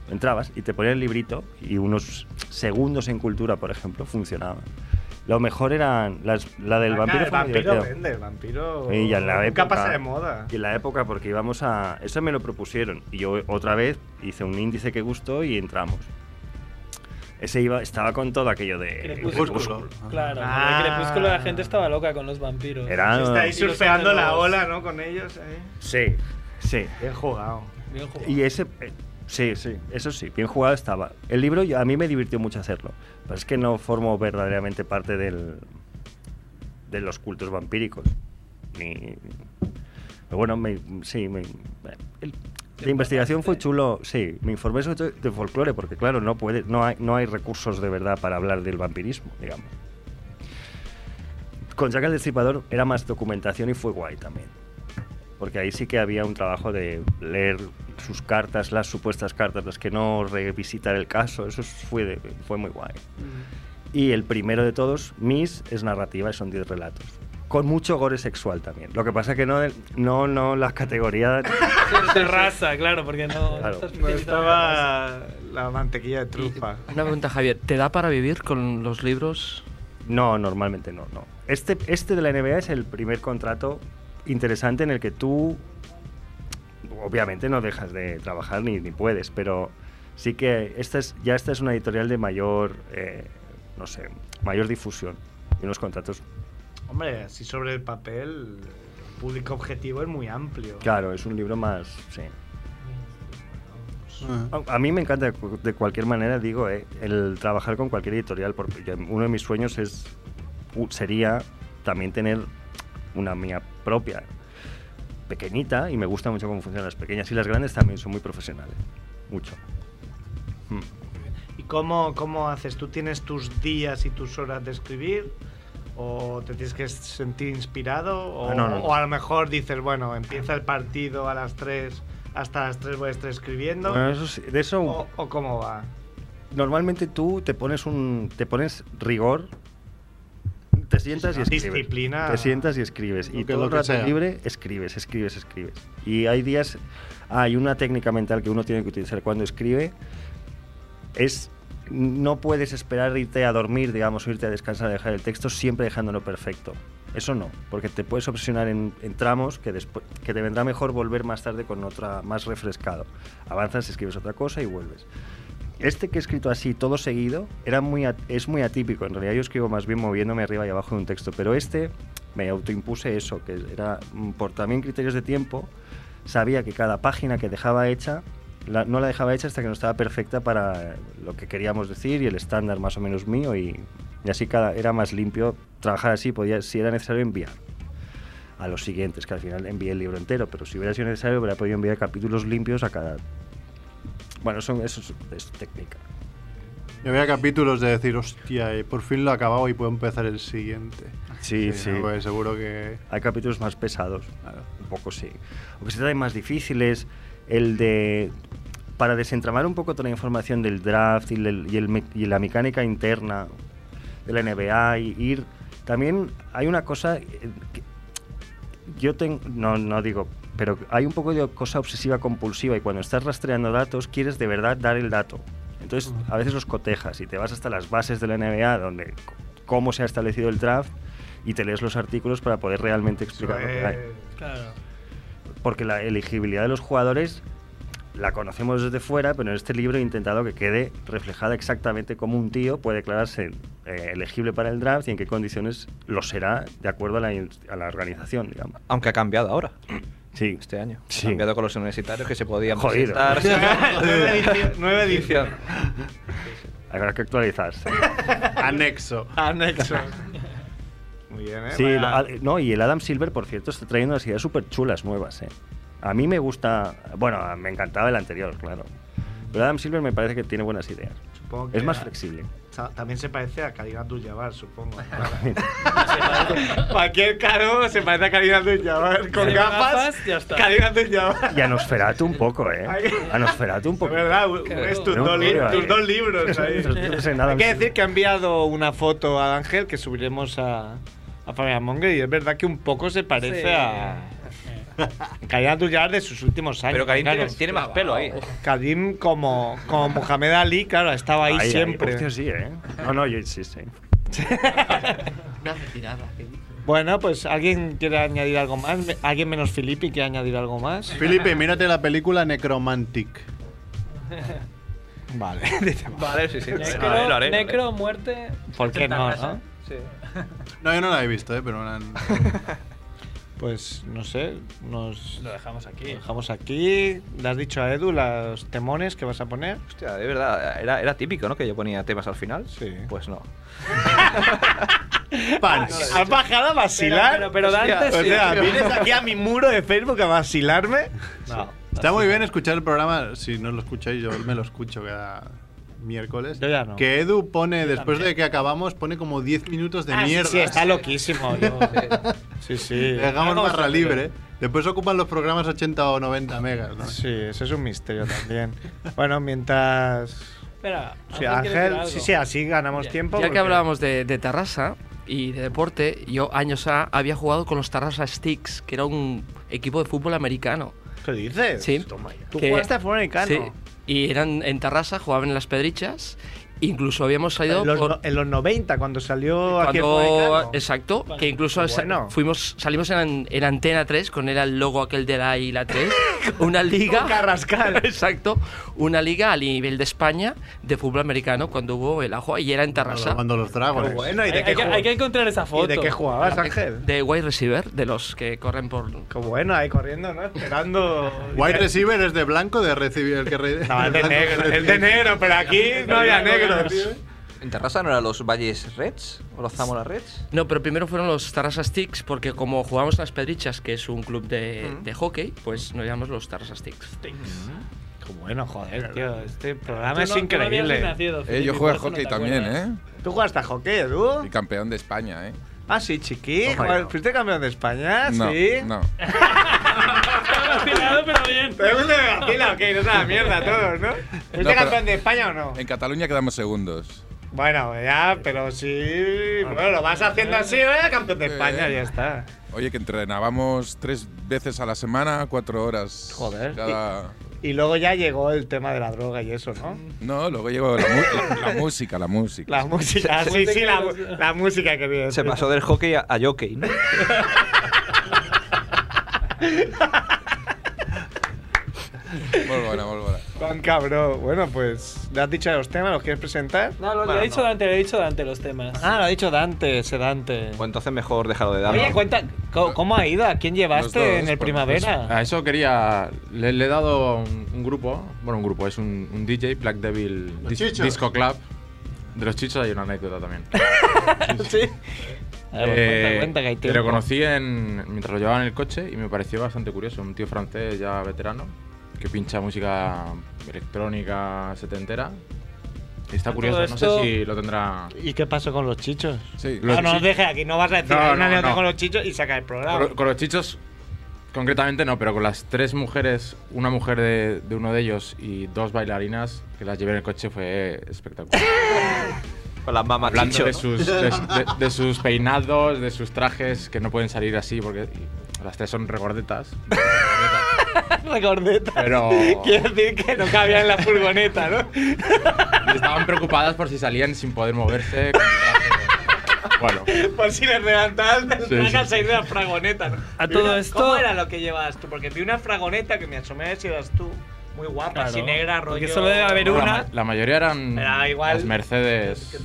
Speaker 9: Entrabas y te ponían el librito y unos segundos en cultura, por ejemplo, funcionaban. Lo mejor eran las, la del
Speaker 3: Ah,
Speaker 9: vampiro. ¿eh?
Speaker 3: el
Speaker 9: fue muy
Speaker 3: vampiro
Speaker 9: divertido.
Speaker 3: vende, el vampiro.
Speaker 9: Y ya en la
Speaker 3: nunca
Speaker 9: época.
Speaker 3: pasa de moda.
Speaker 9: Y en la época, porque íbamos a. Eso me lo propusieron. Y yo otra vez hice un índice que gustó y entramos. Ese iba, estaba con todo aquello de.
Speaker 7: Crepúsculo. Claro,
Speaker 3: Ah.
Speaker 7: en el crepúsculo la gente estaba loca con los vampiros.
Speaker 9: Era-
Speaker 3: Está ahí
Speaker 7: Y los
Speaker 3: surfeando la
Speaker 7: antiguos.
Speaker 3: ola, ¿no? Con ellos. ahí.
Speaker 9: Sí, sí.
Speaker 3: Bien jugado.
Speaker 7: Bien jugado.
Speaker 9: Y ese. eh, Sí, sí, eso sí, bien jugado estaba. El libro yo- a mí me divirtió mucho hacerlo. Pero es que no formo verdaderamente parte del. de los cultos vampíricos. Ni. Pero bueno, me- sí, me. eh, el- la investigación fue chulo, sí. Me informé sobre todo de folclore, porque claro, no puede, no hay, no hay recursos de verdad para hablar del vampirismo, digamos. Con Jack el Destripador era más documentación y fue guay también porque ahí sí que había un trabajo de leer sus cartas, las supuestas cartas, las que no revisitar el caso, eso es- fue, de- fue muy guay. Y el primero de todos, Mis, es narrativa y son 10 relatos. Con mucho gore sexual también. Lo que pasa que no, no, no las categorías...
Speaker 7: De raza, claro, porque no.
Speaker 9: Claro.
Speaker 3: Estaba la mantequilla de trufa.
Speaker 14: Una pregunta, Javier. ¿Te da para vivir con los libros?
Speaker 9: No, normalmente no, no. Este, este de la NBA es el primer contrato interesante en el que tú, obviamente, no dejas de trabajar ni, ni puedes, pero sí que esta es, ya esta es una editorial de mayor, eh, no sé, mayor difusión y unos contratos.
Speaker 3: Hombre, así sobre el papel, el público objetivo es muy amplio.
Speaker 9: Claro, es un libro más, sí. A, a mí me encanta, cu- de cualquier manera, digo, eh, el trabajar con cualquier editorial, porque yo- uno de mis sueños es, u- sería también tener una mía propia, pequeñita, y me gusta mucho cómo funcionan las pequeñas. Y las grandes también son muy profesionales, mucho.
Speaker 3: ¿Y cómo, cómo haces? ¿Tú tienes tus días y tus horas de escribir? ¿O te tienes que sentir inspirado? ¿O,
Speaker 9: Ah, no, no, no.
Speaker 3: o a lo mejor dices, bueno, empieza el partido a las 3, hasta las 3 voy a estar escribiendo?
Speaker 9: Bueno, eso sí, de eso-
Speaker 3: ¿O, o cómo va?
Speaker 9: Normalmente tú te pones un, te pones rigor, te sientas y escribes.
Speaker 3: Disciplina.
Speaker 9: Te sientas y escribes.
Speaker 3: Lo
Speaker 9: Y
Speaker 3: que-
Speaker 9: todo
Speaker 3: lo
Speaker 9: el
Speaker 3: que
Speaker 9: rato
Speaker 3: sea.
Speaker 9: libre escribes, escribes, escribes. Y hay días, hay una técnica mental que uno tiene que utilizar cuando escribe, es no puedes esperar irte a dormir, digamos, o irte a descansar a dejar el texto siempre dejándolo perfecto. Eso no, porque te puedes obsesionar en, en tramos que después que te vendrá mejor volver más tarde con otra más refrescado. Avanzas, escribes otra cosa y vuelves. Este que he escrito así todo seguido era muy at- es muy atípico. En realidad yo escribo más bien moviéndome arriba y abajo de un texto, pero este me autoimpuse eso, que era mm, por también criterios de tiempo. Sabía que cada página que dejaba hecha la- no la dejaba hecha hasta que no estaba perfecta para lo que queríamos decir y el estándar más o menos mío y, y así cada era más limpio trabajar así podía si era necesario enviar a los siguientes que al final envié el libro entero pero si hubiera sido necesario hubiera podido enviar capítulos limpios a cada bueno son eso es, es técnica
Speaker 4: Yo había capítulos de decir, hostia, eh, por fin lo he acabado y puedo empezar el siguiente.
Speaker 9: Sí, sí.
Speaker 4: ¿no? Pues seguro que.
Speaker 9: Hay capítulos más pesados. Un poco sí. O que se traen más difíciles. El de. Para desentramar un poco toda la información del draft y, del- y el me- y la mecánica interna de la NBA y ir. También hay una cosa eh, que yo tengo. No, no digo. Pero hay un poco de cosa obsesiva compulsiva y cuando estás rastreando datos quieres de verdad dar el dato. Entonces a veces los cotejas y te vas hasta las bases de la NBA donde c- cómo se ha establecido el draft y te lees los artículos para poder realmente explicar lo
Speaker 3: Pues,
Speaker 9: que hay
Speaker 7: Claro.
Speaker 9: porque la elegibilidad de los jugadores la conocemos desde fuera, pero en este libro he intentado que quede reflejada exactamente cómo un tío puede declararse eh, elegible para el draft y en qué condiciones lo será de acuerdo a la, in- a la organización, digamos.
Speaker 8: Aunque ha cambiado ahora.
Speaker 9: Sí.
Speaker 8: Este año.
Speaker 9: Sí.
Speaker 8: Ha cambiado con los universitarios que se podían
Speaker 9: Jodido.
Speaker 8: presentar.
Speaker 9: Nueva edición,
Speaker 3: nueva edición.
Speaker 9: Habrá que actualizarse.
Speaker 4: Anexo.
Speaker 3: Anexo. Muy bien, ¿eh?
Speaker 9: Sí,
Speaker 3: Vaya-
Speaker 9: lo- ah, no, y el Adam Silver, por cierto, está trayendo unas ideas súper chulas nuevas. ¿eh? A mí me gusta, bueno, me encantaba el anterior, claro. Pero Adam Silver me parece que tiene buenas ideas.
Speaker 3: Supongo
Speaker 9: Es
Speaker 3: que
Speaker 9: más
Speaker 3: a-
Speaker 9: flexible.
Speaker 3: ta- También se parece a Karina Abdul-Jabbar, supongo. Cualquier caro se parece a Karina Abdul-Jabbar. Con
Speaker 7: Sí,
Speaker 3: gafas,
Speaker 7: gafas, ya está.
Speaker 3: Karina Abdul-Jabbar.
Speaker 9: Y a Nosferatu un poco, ¿eh? A Nosferatu un poco.
Speaker 3: ¿Verdad? Es tus,
Speaker 9: Era un
Speaker 3: dos, li-
Speaker 9: libro ahí.
Speaker 3: tus dos libros ahí.
Speaker 9: Tus libros en Adam
Speaker 3: Hay que
Speaker 9: Silver.
Speaker 3: decir que ha enviado una foto a Ángel que subiremos a, a Fabián Monger y es verdad que un poco se parece
Speaker 10: Sí.
Speaker 3: a. a Karim Abdul-Jabbar de sus últimos años.
Speaker 10: Pero Karim tiene- tiene más pelo ahí.
Speaker 3: Karim, como, como Mohamed Ali, claro, estaba ahí,
Speaker 9: Ahí, ahí.
Speaker 3: siempre.
Speaker 9: Hostia, sí, ¿eh? No, no, yo eh. sí, sí.
Speaker 14: Una retirada. ¿qué dices?
Speaker 3: Bueno, pues alguien quiere añadir algo más. Alguien menos Filipe quiere añadir algo más.
Speaker 4: Felipe, mírate la película Necromantic.
Speaker 3: Vale.
Speaker 8: Vale, sí, sí.
Speaker 7: Necro,
Speaker 8: Lo haré, lo haré.
Speaker 7: necro, muerte.
Speaker 3: ¿Por qué no, no?
Speaker 7: Sí.
Speaker 4: No, yo no la he visto, ¿eh? Pero me la han-
Speaker 3: Pues no sé, nos
Speaker 7: Lo dejamos aquí.
Speaker 3: lo dejamos aquí. Le has dicho a Edu los temones que vas a poner.
Speaker 8: Hostia, de verdad, era, era típico, ¿no? Que yo ponía temas al final. Sí. Pues no.
Speaker 3: Pans. ¿Has bajado a vacilar?
Speaker 7: Pero- pero- pero Dante
Speaker 3: o
Speaker 7: sí,
Speaker 3: sea,
Speaker 7: tío.
Speaker 3: vienes aquí a mi muro de Facebook a vacilarme.
Speaker 4: Está muy bien escuchar el programa. Si no lo escucháis, yo me lo escucho cada miércoles.
Speaker 3: Yo ya no.
Speaker 4: Que Edu pone, después
Speaker 3: también.
Speaker 4: de que acabamos, pone como 10 minutos de
Speaker 3: Ah, sí,
Speaker 4: mierda.
Speaker 3: sí, está loquísimo. yo- eh. sí, sí.
Speaker 4: Hagamos
Speaker 3: Algo
Speaker 4: barra
Speaker 3: se-
Speaker 4: libre. Después ocupan los programas 80 o 90 megas. ¿no?
Speaker 3: Sí, ese es un misterio también. bueno, mientras.
Speaker 7: Espera,
Speaker 3: Sí,
Speaker 14: Ángel quiere decir
Speaker 3: Ángel, sí,
Speaker 14: algo.
Speaker 3: sí, así ganamos
Speaker 14: Ya-
Speaker 3: tiempo.
Speaker 14: Ya
Speaker 3: porque-
Speaker 14: que hablábamos de, de Tarrasa y de deporte, yo años A había jugado con los Tarrasa Sticks, que era un equipo de fútbol americano.
Speaker 3: ¿Qué dices?
Speaker 14: Sí.
Speaker 3: Toma ya. Tú jugaste a fútbol americano.
Speaker 14: Sí. Y eran en Tarrasa, jugaban en las Pedrichas. Incluso habíamos salido
Speaker 3: En los,
Speaker 14: por-
Speaker 3: no- en los 90, cuando salió aquí el
Speaker 14: cuando,
Speaker 3: Fútbol
Speaker 14: exacto, que incluso
Speaker 3: Qué
Speaker 14: sa-
Speaker 3: bueno.
Speaker 14: fuimos, salimos en, en Antena 3 con era el logo aquel de la y la 3, una liga Carrascal, exacto, una liga a nivel de España de fútbol americano cuando hubo el ajo y era en Tarrasa.
Speaker 4: Cuando los dragones.
Speaker 3: bueno,
Speaker 7: Hay, hay que, hay que encontrar esa foto.
Speaker 14: De wide receiver, de los que corren por. Qué
Speaker 3: bueno, ahí corriendo, ¿no? Esperando.
Speaker 4: Wide receiver es de blanco, de recibir el que re-
Speaker 3: No, es de
Speaker 4: blanco
Speaker 3: negro,
Speaker 4: recibe.
Speaker 3: es de negro, pero aquí no había negros.
Speaker 22: ¿En Terrassa no eran los Valles Reds? ¿O los Zamora Reds?
Speaker 14: No, pero primero fueron los Tarrasa Sticks, porque como jugábamos en las Pedrichas, que es un club de, de hockey, pues nos llamamos los Tarrasa Sticks.
Speaker 3: Qué bueno, joder, tío. Este programa
Speaker 14: Mm. Tú
Speaker 3: es
Speaker 14: no- tú no habías
Speaker 3: increíble.
Speaker 14: nacido, Eh,
Speaker 6: Eh, yo jugué al hockey también, ¿eh?
Speaker 3: ¿Tú jugaste a hockey, Edu?
Speaker 6: Y campeón de España, ¿eh?
Speaker 3: Ah, sí, chiqui.
Speaker 6: Toma
Speaker 3: Joder,
Speaker 6: ya.
Speaker 3: ¿Fuiste campeón de España?
Speaker 6: No,
Speaker 3: sí.
Speaker 6: no.
Speaker 7: Vacilado, pero bien.
Speaker 3: Pero es una vacila, ok, no es una mierda todos, ¿no? ¿Fuiste
Speaker 6: pero-
Speaker 3: campeón de España o no?
Speaker 6: En Cataluña quedamos segundos.
Speaker 3: Bueno, pues ya, pero sí. Bueno, lo vas haciendo así, ¿eh? Campeón de España, ya está.
Speaker 6: Oye, que entrenábamos tres veces a la semana, cuatro horas. Joder.
Speaker 3: Y luego ya llegó el tema de la droga y eso, ¿no?
Speaker 6: No, luego llegó la, mu- la- la música, la música.
Speaker 3: La música, sí, sí, la, mu- la música que viene.
Speaker 22: Se pasó del hockey a, a jockey, ¿no?
Speaker 6: Molt bona, molt bona.
Speaker 3: Juan cabrón. Bueno, pues, ¿le has dicho los temas? ¿Los quieres presentar?
Speaker 7: No, lo, lo ha dicho Dante, lo ha dicho Dante los temas.
Speaker 3: Ah, lo ha dicho Dante, ese Dante.
Speaker 22: Pues entonces mejor dejarlo de dar.
Speaker 3: Oye, cuenta, ¿cómo, cómo ha ido? ¿A quién llevaste
Speaker 22: Los dos,
Speaker 3: en el
Speaker 22: por-
Speaker 3: primavera?
Speaker 23: A eso quería. Le, le he dado a un, un grupo, bueno, un grupo, es un, un DJ, Black Devil
Speaker 4: Los
Speaker 23: Dis-
Speaker 4: Chichos.
Speaker 23: Disco Club. De los chichos hay una anécdota también.
Speaker 3: sí. A
Speaker 23: Eh,
Speaker 3: ver, Ah, pues cuenta, cuenta que hay tiempo.
Speaker 23: lo conocí en, mientras lo llevaba en el coche y me pareció bastante curioso. Un tío francés ya veterano que pincha música electrónica setentera. Y Está
Speaker 3: Todo
Speaker 23: curioso,
Speaker 3: esto-
Speaker 23: no sé si lo tendrá.
Speaker 3: ¿Y qué pasó con los chichos?
Speaker 23: Sí,
Speaker 3: No, no nos dejes aquí, no vas a decir
Speaker 23: No,
Speaker 3: "Hay
Speaker 23: no,
Speaker 3: una anécdota
Speaker 23: no.
Speaker 3: con los chichos y saca el programa.
Speaker 23: Con, con los chichos, concretamente no, pero con las tres mujeres, una mujer de, de uno de ellos y dos bailarinas que las llevé en el coche fue espectacular.
Speaker 22: Con las mamas
Speaker 23: Hablando
Speaker 22: chicho,
Speaker 23: de,
Speaker 22: ¿no?
Speaker 23: sus, de, de- de sus peinados, de sus trajes que no pueden salir así porque las tres son regordetas.
Speaker 3: Regordetas.
Speaker 23: Pero-
Speaker 3: Quiero decir que no cabía en la furgoneta, ¿no?
Speaker 23: Y estaban preocupadas por si salían sin poder moverse. con traje. Bueno,
Speaker 3: Por si les levantaban
Speaker 23: Sí, sí.
Speaker 3: sacan salir de las fragonetas.
Speaker 7: A
Speaker 3: Mira,
Speaker 7: todo esto-
Speaker 3: ¿Cómo era lo que llevabas tú? Porque vi una fragoneta que me asomé a ver si eras tú. Muy guapa,
Speaker 7: Claro.
Speaker 3: así negra, rollo.
Speaker 7: Porque solo debe haber
Speaker 23: la, ma- la mayoría eran
Speaker 3: Era igual.
Speaker 23: las Mercedes.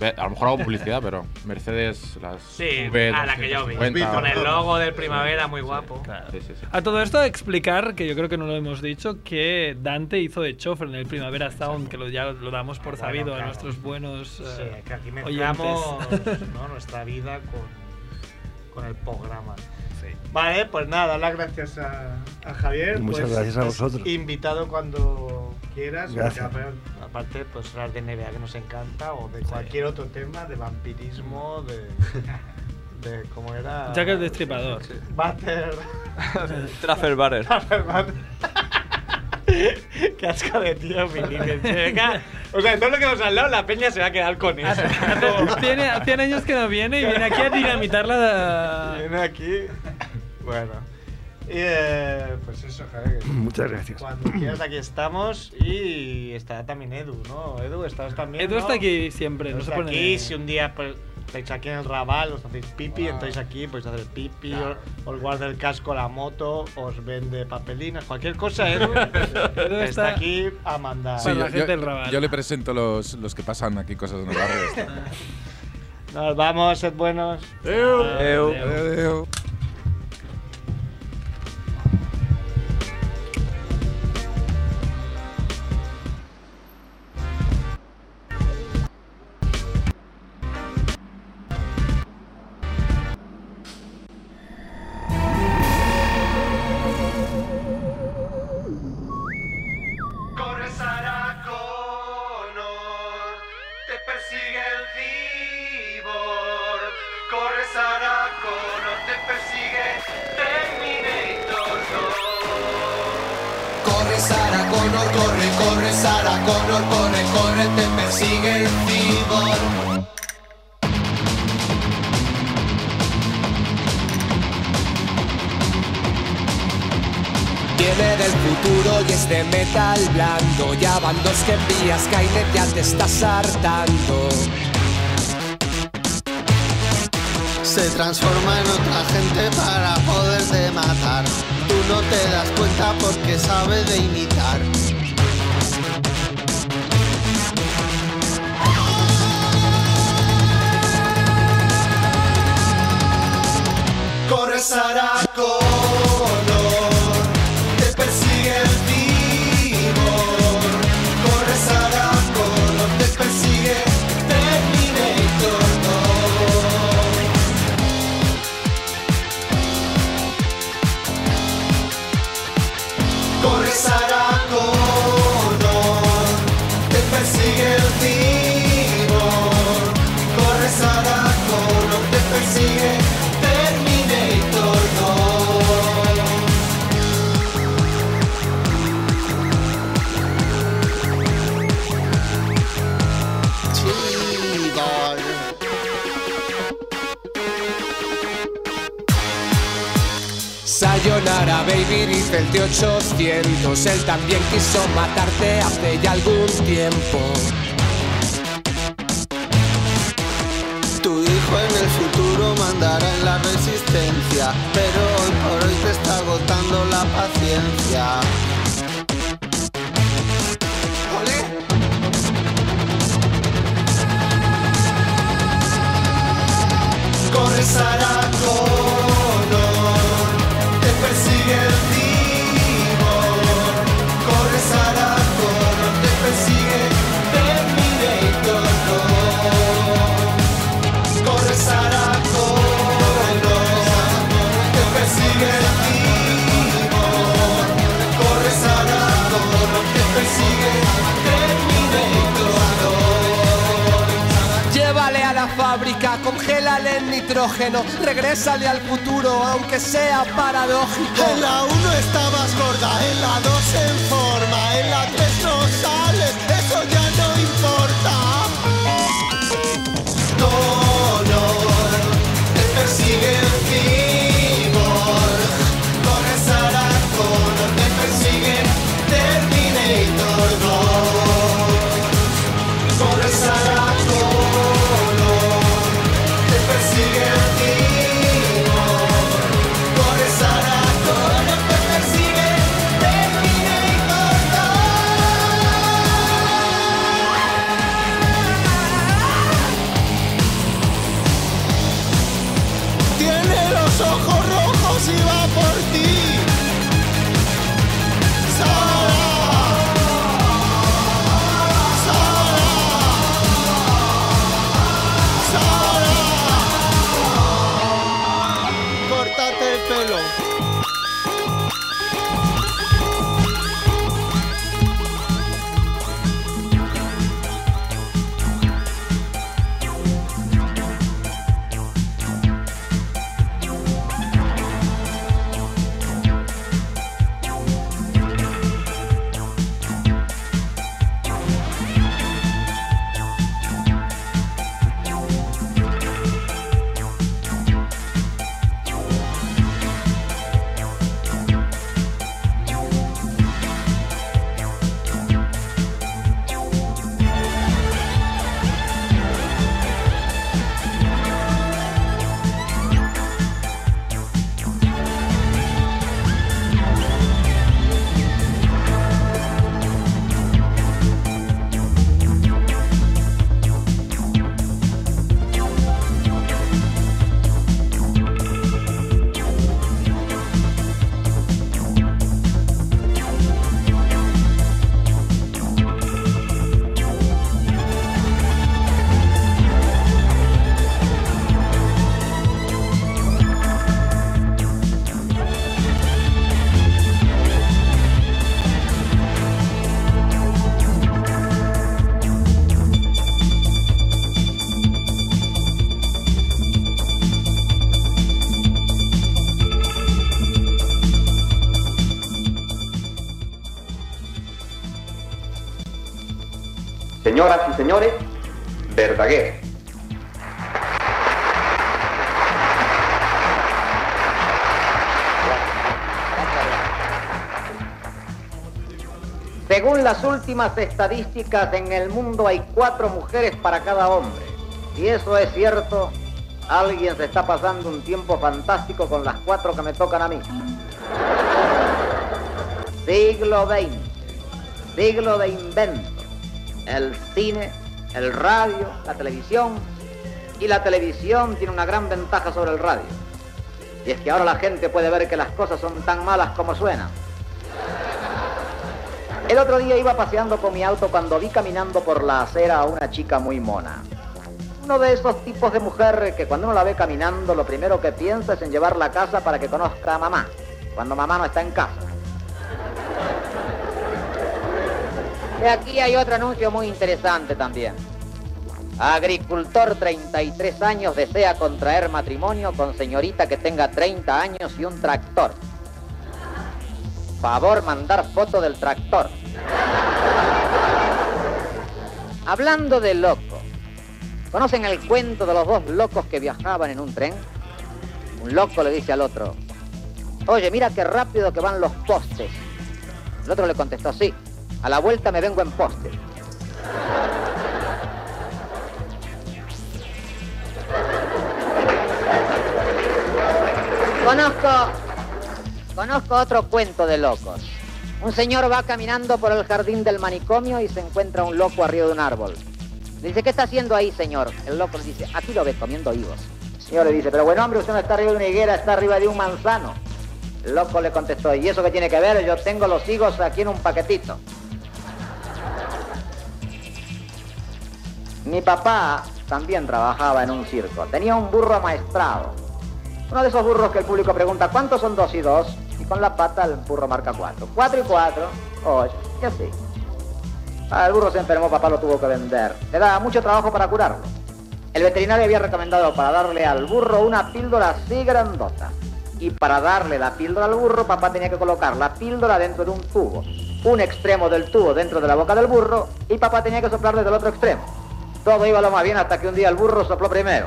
Speaker 23: Ve- A lo mejor hago publicidad, pero Mercedes, las
Speaker 3: Sí,
Speaker 23: V250.
Speaker 3: a la que yo vi. Con el logo del primavera, muy guapo.
Speaker 23: Sí, sí, sí.
Speaker 7: A todo esto, explicar, que yo creo que no lo hemos dicho, que Dante hizo de chofer en el Primavera Sound, que lo, ya lo damos por sabido a nuestros buenos eh,
Speaker 3: Sí, que aquí mezclamos
Speaker 7: oyentes.
Speaker 3: ¿no? nuestra vida con, con el programa. Vale, pues nada, las gracias a, a Javier.
Speaker 9: Y muchas
Speaker 3: pues,
Speaker 9: gracias a
Speaker 3: estás
Speaker 9: vosotros.
Speaker 3: Invitado cuando quieras.
Speaker 9: Gracias.
Speaker 3: porque apar- Aparte, pues hablar de NBA que nos encanta o de cualquier otro tema, de vampirismo, de. de cómo era.
Speaker 7: Jack el Destripador.
Speaker 3: Butter.
Speaker 22: Traffer Butter.
Speaker 3: Traffer Butter. Qué asco de tío, mi líder. Venga, O sea, todo lo que nos ha hablado, la peña se va a quedar con eso.
Speaker 7: Tiene 100 años que no viene y viene aquí a dinamitar la...
Speaker 3: Viene aquí. Bueno. Y, eh, pues eso, Javier. que-
Speaker 9: Muchas gracias.
Speaker 3: Cuando quieras, aquí estamos. Y estará también Edu, ¿no? Edu, estás también.
Speaker 7: Edu
Speaker 3: ¿no?
Speaker 7: está aquí siempre,
Speaker 3: Edu
Speaker 7: no se
Speaker 3: está
Speaker 7: pone-
Speaker 3: aquí. Si un día pues, estáis aquí en el Raval, os hacéis
Speaker 7: Ah.
Speaker 3: pipi, entráis aquí, podéis hacer pipi, o- os, guarda el casco la moto, os vende papelinas, cualquier cosa, Edu. está,
Speaker 7: está-
Speaker 3: aquí a mandar.
Speaker 6: Sí, yo, yo- yo le presento los, los que pasan aquí cosas en los barrios.
Speaker 3: Nos vamos, sed buenos.
Speaker 6: Adeu.
Speaker 3: Adeu.
Speaker 10: Corre Saracón, persigue el cibor. Corre Sarako, no te persigue Terminator 2. Corre Sarah Connor, corre, corre Sarah Connor, corre, corre, te persigue el cibor.
Speaker 24: Viene del futuro y es de metal blando. Ya van dos que envías, Skynet ya te estás hartando.
Speaker 25: Se transforma en otra gente para poderte matar. Tú no te das cuenta porque sabe de imitar.
Speaker 10: Corre Sarah
Speaker 25: oh.
Speaker 10: Connor, te persigue el timor. Corre Sarah Connor, te persigue Terminator 2. Corre Sarah Connor, te persigue el timor. Corre Sarah Connor, te persigue Terminator 2.
Speaker 25: Chival.
Speaker 24: Sayonara, baby, dice el de 800. Él también quiso matarte hace ya algún tiempo.
Speaker 25: Tu hijo en el futuro mandará en la resistencia, pero hoy por hoy te está agotando la paciencia.
Speaker 10: Corre Sarah Connor, te persigue el timor. Corre Sarah Connor, te persigue Terminator 2. Corre Sarah Connor, te persigue el timor. Corre Sarah Connor, te persigue Terminator 2.
Speaker 24: Llévale a la fábrica, congélale el nitrógeno, regrésale al futuro, aunque sea paradójico.
Speaker 25: En la 1 estabas gorda, en la 2 en forma, en la 3 no sales, eso ya no importa.
Speaker 10: Connor, te persigue el Cibor. Corre Sarah Connor, te persigue Terminator 2. Corre Sarah Connor, te persigue el Cibor. Corre Sarah Connor, te persigue Terminator 2.
Speaker 25: Tiene los ojos rojos y va por ti. Córtate el pelo.
Speaker 26: Señoras y señores, Verdaguer.
Speaker 27: Según las últimas estadísticas, en el mundo hay cuatro mujeres para cada hombre. Si eso es cierto, alguien se está pasando un tiempo fantástico con las cuatro que me tocan a mí. Siglo XX, siglo de invento. El cine, el radio, la televisión. Y la televisión tiene una gran ventaja sobre el radio. Y es que ahora la gente puede ver que las cosas son tan malas como suenan. El otro día iba paseando con mi auto cuando vi caminando por la acera a una chica muy mona. Uno de esos tipos de mujer que cuando uno la ve caminando lo primero que piensa es en llevarla a casa para que conozca a mamá, cuando mamá no está en casa. Y aquí hay otro anuncio muy interesante también. Agricultor 33 años desea contraer matrimonio con señorita que tenga 30 años y un tractor. Favor mandar foto del tractor. Hablando de loco, ¿conocen el cuento de los dos locos que viajaban en un tren? Un loco le dice al otro, oye, mira qué rápido que van los postes. El otro le contestó, sí, a la vuelta me vengo en poste. Conozco, conozco otro cuento de locos. Un señor va caminando por el jardín del manicomio y se encuentra un loco arriba de un árbol. Le dice, ¿qué está haciendo ahí, señor? El loco le dice, aquí lo ves comiendo higos. El señor le dice, pero buen hombre, usted no está arriba de una higuera, está arriba de un manzano. El loco le contestó, ¿y eso qué tiene que ver? Yo tengo los higos aquí en un paquetito. Mi papá también trabajaba en un circo. Tenía un burro amaestrado. Uno de esos burros que el público pregunta, ¿cuántos son dos y dos? Y con la pata el burro marca cuatro. Cuatro y cuatro, ocho, y así. Ah, el burro se enfermó, papá lo tuvo que vender. Le daba mucho trabajo para curarlo. El veterinario había recomendado para darle al burro una píldora así grandota. Y para darle la píldora al burro, papá tenía que colocar la píldora dentro de un tubo. Un extremo del tubo dentro de la boca del burro y papá tenía que soplar desde el otro extremo. Todo iba lo más bien hasta que un día el burro sopló primero.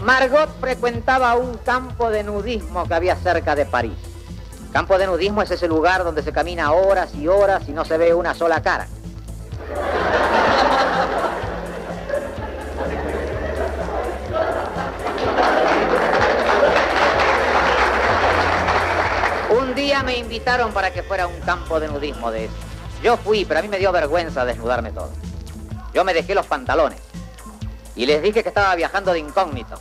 Speaker 27: Margot frecuentaba un campo de nudismo que había cerca de París. Campo de nudismo es ese lugar donde se camina horas y horas y no se ve una sola cara. Un día me invitaron para que fuera a un campo de nudismo de eso. Yo fui, pero a mí me dio vergüenza desnudarme todo. Yo me dejé los pantalones y les dije que estaba viajando de incógnito.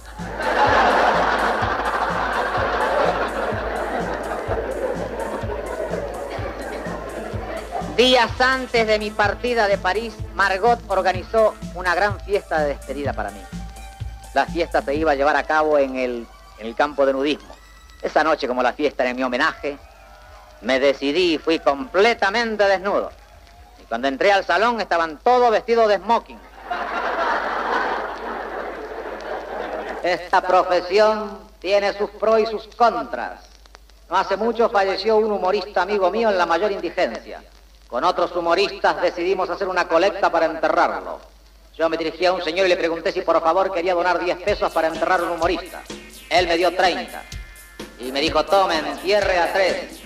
Speaker 27: Días antes de mi partida de París, Margot organizó una gran fiesta de despedida para mí. La fiesta se iba a llevar a cabo en el, en el campo de nudismo. Esa noche, como la fiesta era en mi homenaje, me decidí y fui completamente desnudo. Y cuando entré al salón estaban todos vestidos de smoking. Esta profesión tiene sus pros y sus contras. No hace mucho falleció un humorista amigo mío en la mayor indigencia. Con otros humoristas decidimos hacer una colecta para enterrarlo. Yo me dirigí a un señor y le pregunté si por favor quería donar 10 pesos para enterrar a un humorista. Él me dio 30. Y me dijo, tomen, cierre a tres.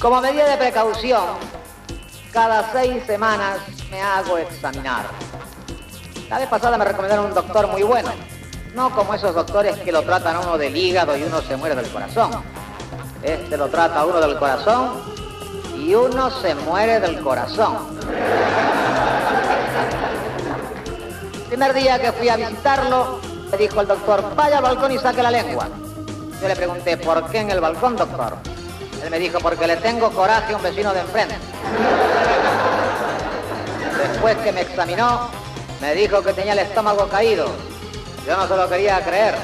Speaker 27: Como medida de precaución, cada seis semanas me hago examinar. La vez pasada me recomendaron un doctor muy bueno. No como esos doctores que lo tratan a uno del hígado y uno se muere del corazón. Este lo trata a uno del corazón y uno se muere del corazón. El primer día que fui a visitarlo, me dijo el doctor, vaya al balcón y saque la lengua. Yo le pregunté, ¿por qué en el balcón, doctor? Él me dijo, porque le tengo coraje a un vecino de enfrente. Después que me examinó, me dijo que tenía el estómago caído. Yo no se lo quería creer,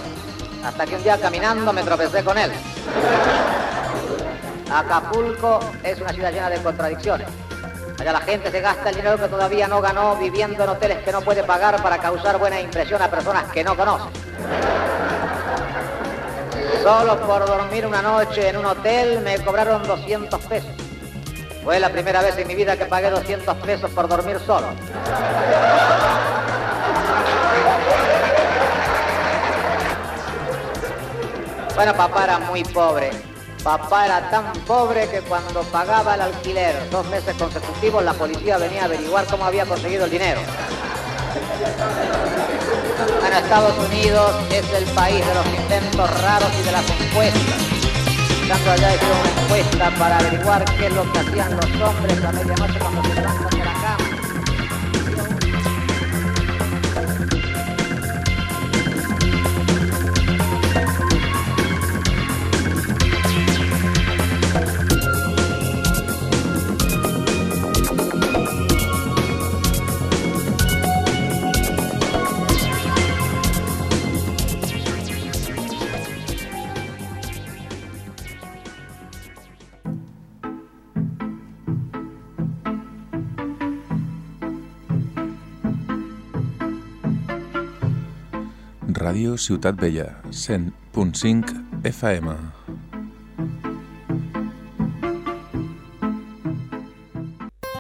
Speaker 27: hasta que un día caminando me tropecé con él. Acapulco es una ciudad llena de contradicciones. Allá la gente se gasta el dinero que todavía no ganó viviendo en hoteles que no puede pagar para causar buena impresión a personas que no conoce. Solo por dormir una noche en un hotel me cobraron 200 pesos. Fue la primera vez en mi vida que pagué 200 pesos por dormir solo. Bueno, papá era muy pobre. Papá era tan pobre que cuando pagaba el alquiler dos meses consecutivos la policía venía a averiguar cómo había conseguido el dinero. Bueno, Estados Unidos es el país de los intentos raros y de las encuestas. Tanto allá hicieron una encuesta para averiguar qué es lo que hacían los hombres a medianoche cuando se levantan de la cama.
Speaker 6: Radio Ciutat Vella, 100.5 FM.